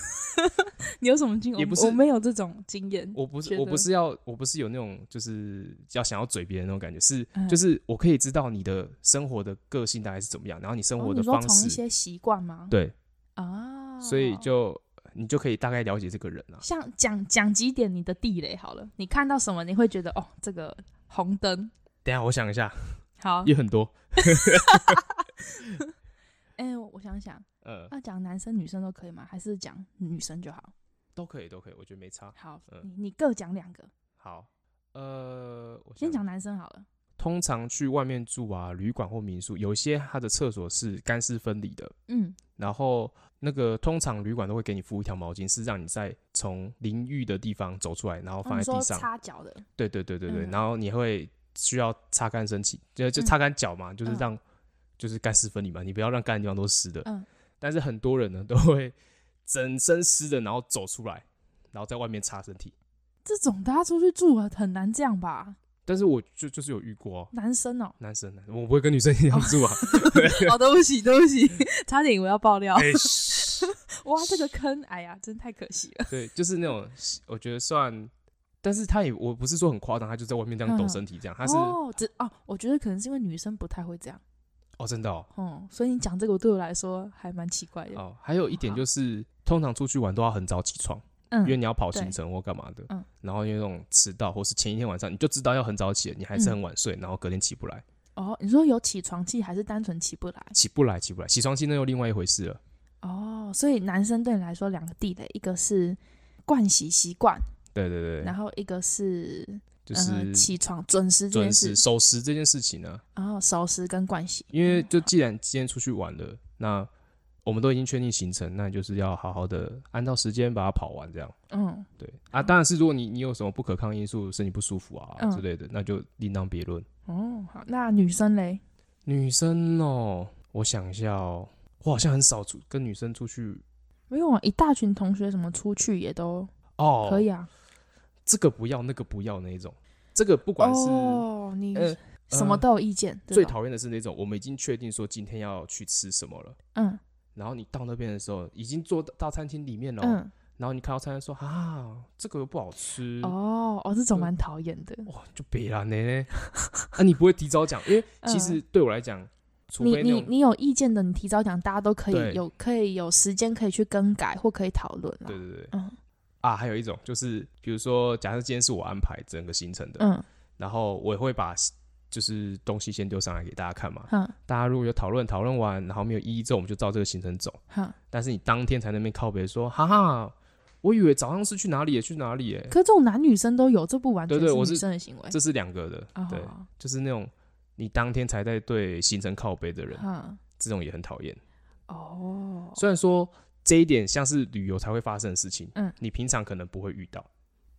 你有什么经验？
也
我
不是
我没有这种经验。
我不是
觉
我不
得
是要我不是有那种就是要想要嘴别人那种感觉，是、
嗯
就是我可以知道你的生活的个性大概是怎么样，然后你生
哦
活
你
的
说
方
从一
式，
些习惯吗？
对，
啊，
所以就你就可以大概了解这个人啊。
像讲讲几点你的地雷好了，你看到什么你会觉得哦，这个红灯
等一下我想一下，
好。
也很多，
哎、我想想，
呃，
要讲男生女生都可以吗？还是讲女生就好？
都可以都可以，我觉得没差。
好，
嗯
你你各讲两个，
好，呃，我
先
想
讲男生好了。
通常去外面住啊，旅馆或民宿，有一些它的厕所是干湿分离的，
嗯，
然后那个通常旅馆都会给你附一条毛巾，是让你在从淋浴的地方走出来，然后
哦
放
你
在地
说
上。
擦脚的，
对对对对对，
嗯
然后你会需要擦干身体，就就
嗯
擦干脚嘛，就是
嗯
让、就是干湿分离嘛，你不要让干的地方都是湿的。
嗯
但是很多人呢 都会整身湿的，然后走出来，然后在外面擦身体。
这种大家出去住啊很难这样吧？
但是我就就是有遇过、哦、
男 生哦，
男生，男生我不会跟女生一样住啊。
哦，对不起，对不起， 差点以为要爆料。
哎嘘
哇，这个坑，哎呀，真太可惜了。
对，就是那种我觉得算但是他也我不是说很夸张，他就在外面这样抖
嗯
身体这样，他是
哦，只哦，我觉得可能是因为女生不太会这样，
哦真的哦
哦，所以你讲这个对我来说还蛮奇怪的。
哦，还有一点就是通常出去玩都要很早起床，因为
嗯，
你要跑
对
行程或干嘛的，
嗯
然后因为那种迟到或是前一天晚上你就知道要很早起，你还是
嗯
很晚睡，然后隔天起不来，
哦，你说有起床气还是单纯起不来？
起不来，起不来，起床气那又另外一回事了。
哦，所以男生对你来说两个地雷，一个是惯习习惯，
对对对
然，后一个是
就是、
呃起床准时这
准
件
时
事，
守时这件事情呢、啊
然后守时跟惯习。
因为就既然今天出去玩了，那我们都已经确定行程，那你就是要好好的按照时间把它跑完，这样
嗯，
对啊。当然是如果你你有什么不可抗因素，身体不舒服啊、
嗯
之类的，那就另当别论。
哦，好，那女生嘞？
女生哦，我想一下哦，我好像很少出跟女生出去
没有啊，一大群同学什么出去也都
哦，
可以啊。
这个不要那个不要那一种，这个不管是、
哦，你
呃
什么都有意见，对啊
最
吧
讨厌的是那种我们已经确定说今天要去吃什么了，
嗯
然后你到那边的时候已经坐到到餐厅里面了，
嗯
然后你看到餐厅说啊这个又不好吃，
哦
嗯
哦，这种蛮讨厌的。
哇就别啦呢， 啊你不会提早讲，因为其实对我来讲， 除
你
非那
你
种
你有意见的，你提早讲，大家都可
对
以有可以有时间可以去更改或可以讨论啦。
对对对
嗯
啊，还有一种就是比如说假设今天是我安排整个行程的，
嗯
然后我也会把就是东西先丢上来给大家看嘛，
哼
大家如果有讨论讨论完，然后没有异议之后，我们就照这个行程走。
哼，
但是你当天才那边靠北说，哈哈，我以为早上是去哪里也去哪里耶，
可是这种男女生都有，这不完全
对对我是
女生的行为。
这是两个的，
哦
对，就是那种你当天才在对行程靠北的人，
哼
这种也很讨厌。
哦，
虽然说这一点像是旅游才会发生的事情，
嗯，
你平常可能不会遇到，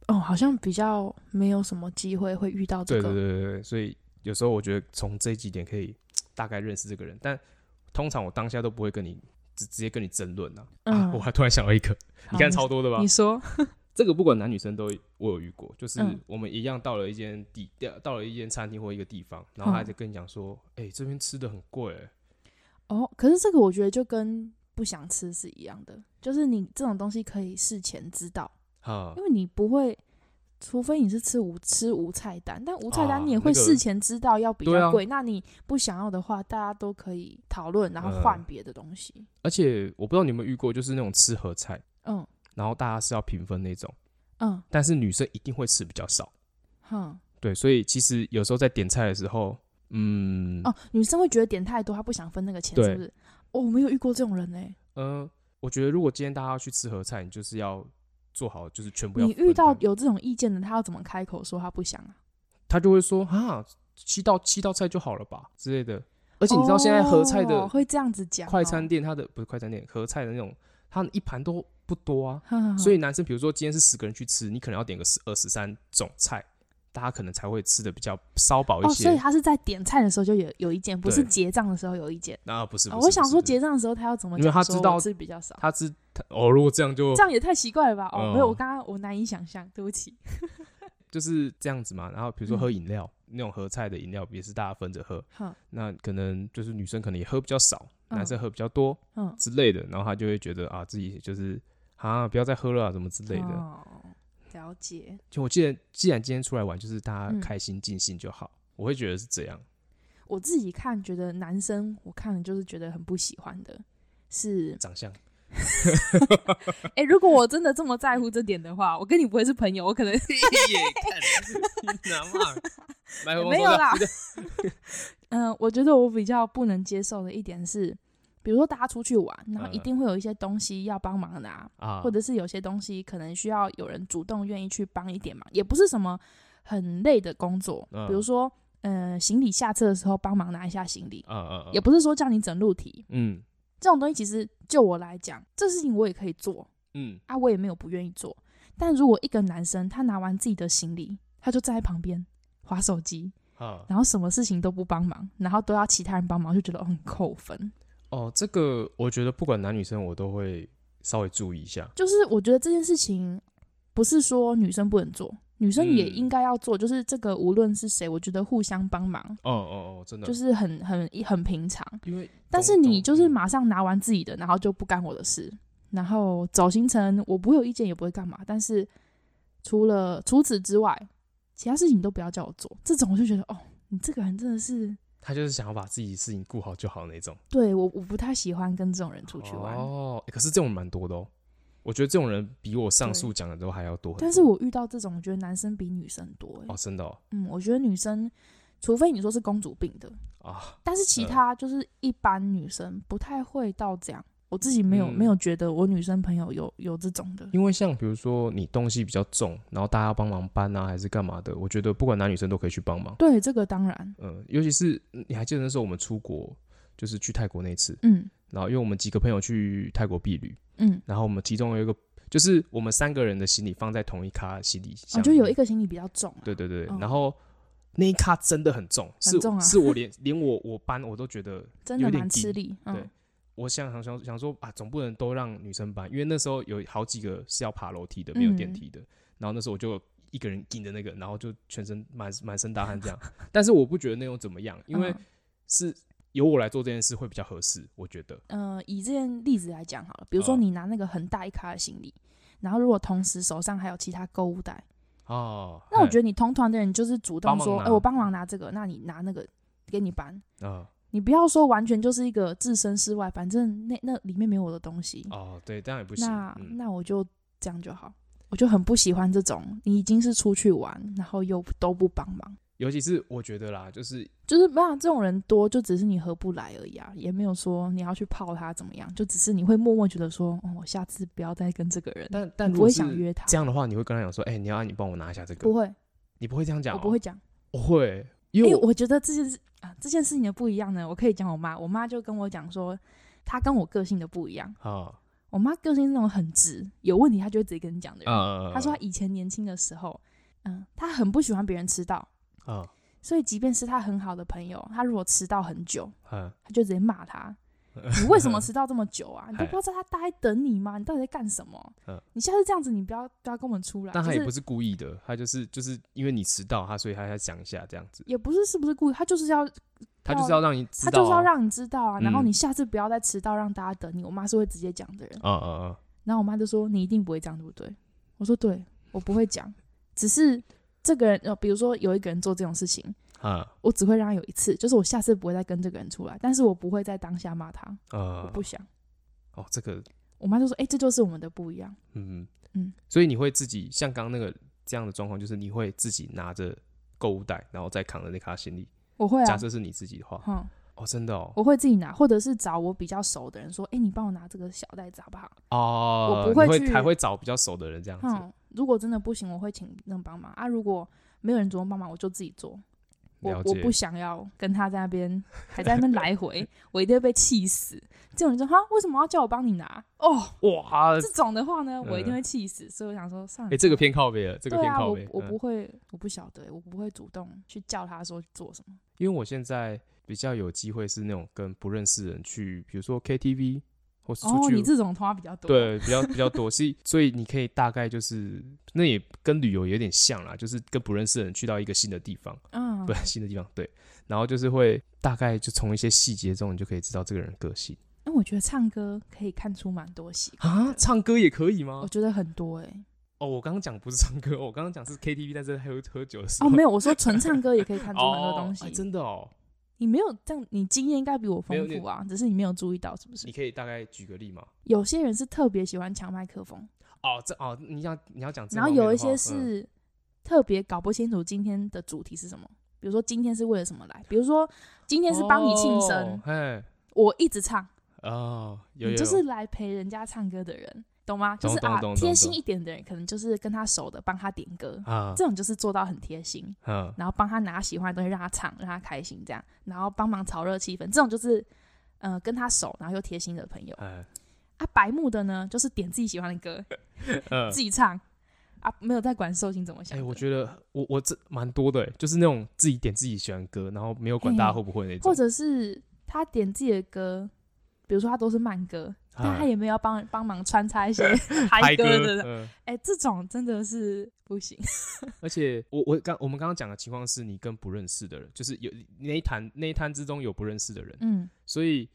哦，好像比较没有什么机会会遇到这
对
个。
对对对对，所以有时候我觉得从这几点可以大概认识这个人，但通常我当下都不会跟你直直接跟你争论啊。啊
嗯，
我还突然想到一个，
好
你看超多的啊吧
你？说，
这个不管男女生都我有遇过，就是
嗯
我们一样到了一间地，到了一间餐厅或一个地方，然后他就跟你讲说：“
嗯
哎、这边吃的很贵、欸。
哦，可是这个我觉得就跟不想吃是一样的，就是你这种东西可以事前知道，”
哈
因，为你不会，除非你是吃无吃无菜单，但无菜
啊
单你也会
那个
事前知道要比
对
较
啊
贵，那你不想要的话，大家都可以讨论，然后
嗯
换别的东西。
而且我不知道你有没有遇过，就是那种吃合菜，
嗯
然后大家是要平分那种，
嗯
但是女生一定会吃比较少。
哼、
对，所以其实有时候在点菜的时候，嗯，
哦，女生会觉得点太多，她不想分那个钱，
对
是不是？哦，我没有遇过这种人呢、欸
呃，我觉得如果今天大家要去吃合菜，你就是要做好，就是全部要
你遇到
分担
有这种意见的，他要怎么开口说他不想啊？
他就会说：“哈，七道七道菜就好了吧之类的。”而且你知道现在合菜的、
哦会这样子讲、哦
快餐，店它的不是快餐店，合菜的那种，它一盘都不多啊。
嗯哼哼哼
所以男生比如说今天是十个人去吃，你可能要点个十二十三种菜，大家可能才会吃的比较稍饱一
哦，
些。
所以他是在点菜的时候就有有意见，不是
对
结账的时候有意见。
那、啊不是
哦
不是，
我想
不是
说
不是
结账的时候他要怎么
因
讲？
为他
说
知道
我吃比较少，
他吃他哦，如果这样就
这样也太奇怪了吧？哦，
嗯
没有，我刚刚我难以想象，对不起。
就是这样子嘛。然后比如说
嗯
喝饮料、那种合菜的饮料，也是大家分着喝，
哼，
那可能就是女生可能也喝比较少，
嗯
男生喝比较多
嗯，
之类的，然后他就会觉得啊自己就是啊不要再喝了啊什么之类的。
哦，了解。
就我记得，既然今天出来玩，就是大家
嗯
开心尽兴就好，我会觉得是这样。
我自己看觉得男生，我看了就是觉得很不喜欢的。 是，
长相
哎、如果我真的这么在乎这点的话，我跟你不会是朋友，我可能
难嘛，麦克风
没有
收掉
啦。嗯，我觉得我比较不能接受的一点是，比如说大家出去玩，然后一
嗯
定会有一些东西要帮忙拿，
啊，
或者是有些东西可能需要有人主动愿意去帮一点忙，也不是什么很累的工作，比如
嗯
说，呃，行李下车的时候帮忙拿一下行李，
嗯嗯，
也不是说叫你整路题，
嗯
这种东西其实就我来讲，这事情我也可以做
嗯
啊，我也没有不愿意做。但如果一个男生他拿完自己的行李，他就站在旁边划手机，
啊
然后什么事情都不帮忙，然后都要其他人帮忙，就觉得哦很扣分。
哦，这个我觉得不管男女生，我都会稍微注意一下。
就是我觉得这件事情不是说女生不能做，女生也
嗯
应该要做。就是这个无论是谁，我觉得互相帮忙
哦哦哦，真的
就，是很很很平常。
因为
但是
懂
你
懂
就是
嗯
马上拿完自己的，然后就不干我的事，然后走行程，我不会有意见，也不会干嘛。但是除了除此之外，其他事情都不要叫我做。这种我就觉得，哦，你这个人真的是，
他就是想要把自己事情顾好就好那种。
对我我不太喜欢跟这种人出去玩。
哦、欸可是这种人蛮多的哦。我觉得这种人比我上述讲的都还要多很多。
但是我遇到这种，我觉得男生比女生多、欸。
哦，真的哦
嗯，我觉得女生，除非你说是公主病的，
啊，
但是其
嗯
他就是一般女生不太会到这样。我自己没有、
嗯
没有觉得我女生朋友有有这种的。
因为像比如说你东西比较重，然后大家帮忙搬啊，还是干嘛的，我觉得不管男女生都可以去帮忙。
对，这个当然，
嗯，尤其是嗯你还记得那时候我们出国，就是去泰国那次，
嗯
然后因为我们几个朋友去泰国避旅，
嗯，
然后我们其中有一个就是我们三个人的行李放在同一卡行李箱
我
里面，
哦就有一个行李比较重、啊，
对对对，
嗯
然后那一卡真的很重，是
很重啊
是我连连我我搬我都觉得，
真
有
的
点
蛮
低
吃力。嗯，
对我想想想想说啊，总不能都让女生搬，因为那时候有好几个是要爬楼梯的，没有电
嗯
梯的，然后那时候我就。一个人顶着那个，然后就全身满满身大汗这样，但是我不觉得那种怎么样，因为
嗯
是由我来做这件事会比较合适，我觉得。
呃，以这件例子来讲好了，比如说
哦
你拿那个很大一卡的行李，然后如果同时手上还有其他购物袋，
哦，
那我
嗨
觉得你通常的人就是主
帮
动
忙
说，
拿嗯
哎、我帮忙拿这个，那你拿那个给你搬，
啊、
你不要说完全就是一个置身事外，反正那那里面没有我的东西，
哦，对，这样也不行。
嗯那、
嗯、
那我就这样就好。我就很不喜欢这种，你已经是出去玩，然后又都不帮忙，
尤其是我觉得啦，就是
就是没有这种人多，就只是你合不来而已啊，也没有说你要去泡他怎么样，就只是你会默默觉得说，哦，我下次不要再跟这个人，
但但
你
如
不
果
会
是
想约他，
这样的话，你会跟他讲说，哎、你要你帮我拿一下这个
不，会，
你不会这样讲、哦
我不会，讲，
我会，因
因
为
为
我、
我觉得这件事啊，这件事情的不一样呢，我可以讲我妈，我妈就跟我讲说，她跟我个性的不一样，
啊
我妈个性是那种很直，有问题她就会直接跟你讲的人，
啊，
她说她以前年轻的时候，嗯，她很不喜欢别人迟到，
啊
所以即便是她很好的朋友，她如果迟到很久，
啊，
他就直接 骂他：“你为什么迟到这么久啊？你都
嗨
不知道他大概等你吗？你到底在干什么
嗯？
你下次这样子，你不要不要跟我们出来。”
但他也
就
不
是
是故意的，他就是就是因为你迟到，他所以他才讲一下这样子，
也不是是不是故意，他就是要
他就是要让你知
哦他
道、啊，
就是要让你知道啊，然后
嗯
你下次不要再迟到，让大家等你。我妈是会直接讲的人，
啊啊啊，
然后我妈就说：“你一定不会这样，对不对？”我说：“对，我不会讲，只是这个人呃，比如说有一个人做这种事情，
啊
我只会让他有一次，就是我下次不会再跟这个人出来，但是我不会在当下骂他，我
啊
不，想。”
哦，这个
我妈就说：“哎、这就是我们的不一样。”
嗯
嗯，
所以你会自己像刚刚那个这样的状况，就是你会自己拿着购物袋，然后再扛着那卡行李，
我会啊，
假设是你自己的话，
哼。
哦，真的哦，
我会自己拿，或者是找我比较熟的人说：“哎、你帮我拿这个小袋子好不好
哦，
我不会
你
去
还会找比较熟的人这样？”子。
嗯，如果真的不行，我会请人帮忙啊。如果没有人主动帮忙，我就自己做。我
了
我
解
不想要跟他在那边还在那边来回，我一定会被气死。这种人说：“哈，为什么要叫我帮你拿？”哦，
哇，
这种的话呢，我一
嗯
定会气死。所以我想说，算
哎、
了，
呃这个偏靠背了，这个
对
偏
啊，
靠
我
背。
我
嗯
不会，我不晓得、我不会主动去叫他说去做什么。
因为我现在比较有机会是那种跟不认识的人去，比如说 KTV 或是出
哦，
去，
你这种通话比较多，，
对，比较比较多，所以所以你可以大概就是，那也跟旅游有点像啦，就是跟不认识的人去到一个新的地方，
嗯
不，新的地方，对，然后就是会大概就从一些细节中，你就可以知道这个人的个性
因为我觉得唱歌可以看出蛮多习惯，
啊。唱歌也可以
我
吗？
觉得很多哎、
哦，我刚刚讲不是唱歌，我刚刚讲是 KTV，但是还有喝酒的时候。
哦，没有，我说纯唱歌也可以看出很多东西。
哎真的哦。
你没有这样，你经验应该比我丰
没有
富啊，只是你没有注意到，是不
你
是？
可以大概举个例吗？
有些人是特别喜欢抢麦克风，
哦，这哦，你要你要讲这
然
方
后
面的话，
有一些
嗯
是特别搞不清楚今天的主题是什么。比如说今天是为了什么来？比如说今天是帮你庆生，
哦嘿，
我一直唱，
哦，有有
你就是来陪人家唱歌的人，懂吗？就
懂
是
懂
啊
懂，懂
贴心
懂
一点的人，可能就是跟他熟的帮他点歌，
啊，
这种就是做到很贴心。
嗯，
然后帮他拿喜欢的东西让他唱，让他开心这样，然后帮忙炒热气氛，这种就是呃跟他熟，然后又贴心的朋友
哎，
啊。白目的呢，就是点自己喜欢的歌，
嗯
自己唱啊，没有在管寿星怎么想
哎，
的。
我觉得我我这蛮多的，欸就是那种自己点自己喜欢的歌，然后没有管大家会不会那种，
哎或者是他点自己的歌，比如说他都是慢歌，但他
哎
也没有要帮帮忙穿插一些 嗨
嗨
歌
歌，
的，
嗯
哎、这种真的是不行。
而且我我刚我们刚刚讲的情况是你跟不认识的人，就是有那一摊那一摊之中有不认识的人，
嗯，
所以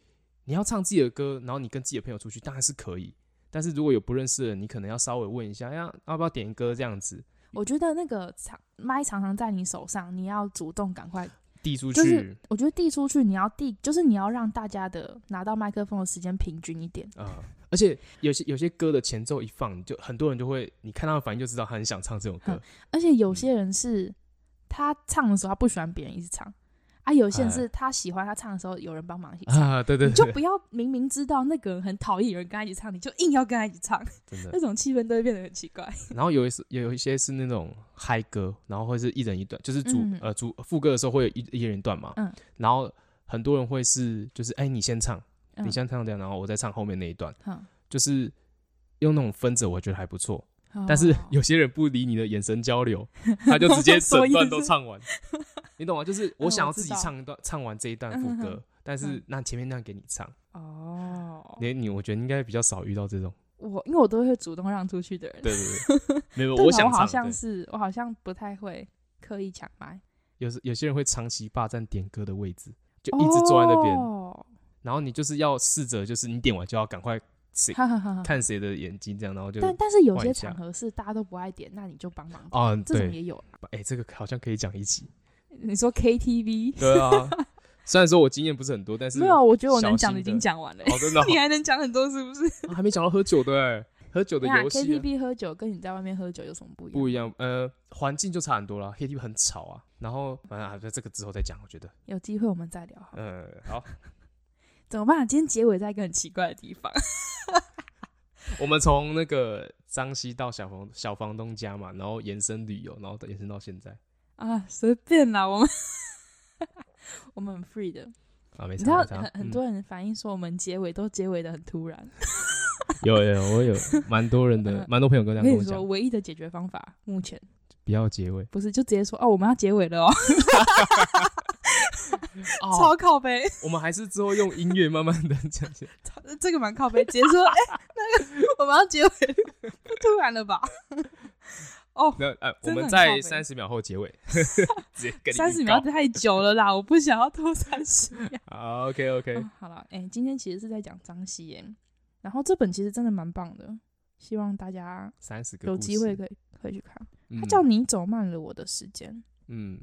你要唱自己的歌，然后你跟自己的朋友出去当然是可以，但是如果有不认识的人，你可能要稍微问一下，哎要要不要点歌这样子
我觉得那个常麦常常在你手上，你要主动赶快，
递出去。
就是我觉得递出去，你要递，就是你要让大家的拿到麦克风的时间平均一点。
啊、而且有些有些歌的前奏一放，你就很多人就会，你看他的反应就知道他很想唱这首歌。
而且
嗯
有些人是他唱的时候他不喜欢别人一直唱，啊，有些
哎
人是他喜欢他唱的时候有人帮忙一起唱。
啊，对 对
嗯你就
对，
不要明明知道那个人很讨厌有人跟他一起唱，你就硬要跟他一起唱，
真的
那。种气氛都会变得很奇怪。
然后有一次也有一些是那种嗨歌，然后会是一人一段，就是主、
嗯
呃主副歌的时候会有一一人一段嘛。
嗯
然后很多人会是就是哎、你先唱，
嗯
你先唱这样，然后我再唱后面那一段，
嗯
就是用那种分着，我觉得还不错。但是
哦
有些人不理你的眼神交流，他就直 接整段都唱完，你懂吗？就是我
嗯
想
我
要
知
自己
道
唱一段，唱完这一段副
嗯
歌，但是
嗯
那前面那给你唱，
哦，
连你我觉得应该比较少遇到 这种，
我因为我都会主动让出去的人，
对对对，没有
但
我想
好
唱，
像
对
是我好像不太会刻意抢麦，
有时有些人会长期霸占点歌的位置，就一直坐在那边，
哦、
然后你就是要试着，就是你点完就要赶快谁
哈哈哈哈。
看谁的眼睛这样，然后就
嗯但但是有
换
些
一下
场合是大家都不爱点，那你就帮忙点，
啊，
这种
对，
也有啊。
哎，这个好像可以讲一 集，
你说 KTV
对啊，虽然说我经验不是很多，但是
没有？我觉得我
小
能讲的已
心的
经讲完了、
哦，真的哦
你还能讲很多是不是？
啊还没讲到喝酒的、欸，喝酒的
对啊
游戏啊
KTV 喝酒跟你在外面喝酒有什么不一样？
不一样，呃，环境就差很多了。KTV 很吵啊，然后反正啊，这个之后再讲，我觉得，
有机会我们再聊好了。
呃，好，
怎么办？今天结尾在一个很奇怪的地方。
我们从那个张西到小房小房东家嘛，然后延伸旅游，然后延伸到现在
啊，随便啦，我们 我们很 free 的。
啊，没
你
事，
知道
没差
很很
嗯
多人反映说我们结尾都结尾的很突然。
有有我有蛮多人的，蛮多朋友跟这样跟
我跟
我
你说，
讲，
唯一的解决方法目前
不要结尾，
不是就直接说哦，我们要结尾了哦，
哦
超靠背，
我们还是之后用音乐慢慢的讲解。
超这个蛮靠背，直接说哎、那个我们要结尾了，不突然了吧？
那呃，我
真的
们
很靠
在
北
三十秒后结尾， 直接跟你预
三十秒
告
太久了啦，我不想要拖三十 秒。
好，OK OK，
哦好了，哎、今天其实是在讲张希言，然后这本其实真的蛮棒的，希望大家
三十个
有
故
机
事
会可以可以去看。它
嗯
叫你走慢了我的时间。
嗯，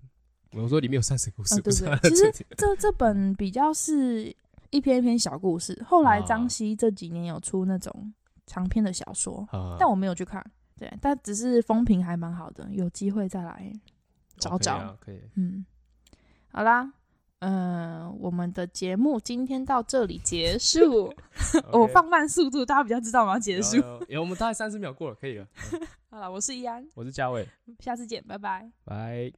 我说里面有三十故事，
啊
不是
对
他
对
的
其 实
主题
这这本比较是一篇一篇小故事，后
啊
来张希这几年有出那种长篇的小说，
啊
但我没有去看。对，但只是风评还蛮好的，有机会再来。找
OK
找
啊哦可以，
嗯，好啦，嗯、我们的节目今天到这里结束。 我
OK
放慢速度，大家比较知道我们要结
有啊
束。
有有，我们大概三十秒过了，可以了。嗯
好了，我是易安，
我是嘉伟，
下次见，拜拜。
拜。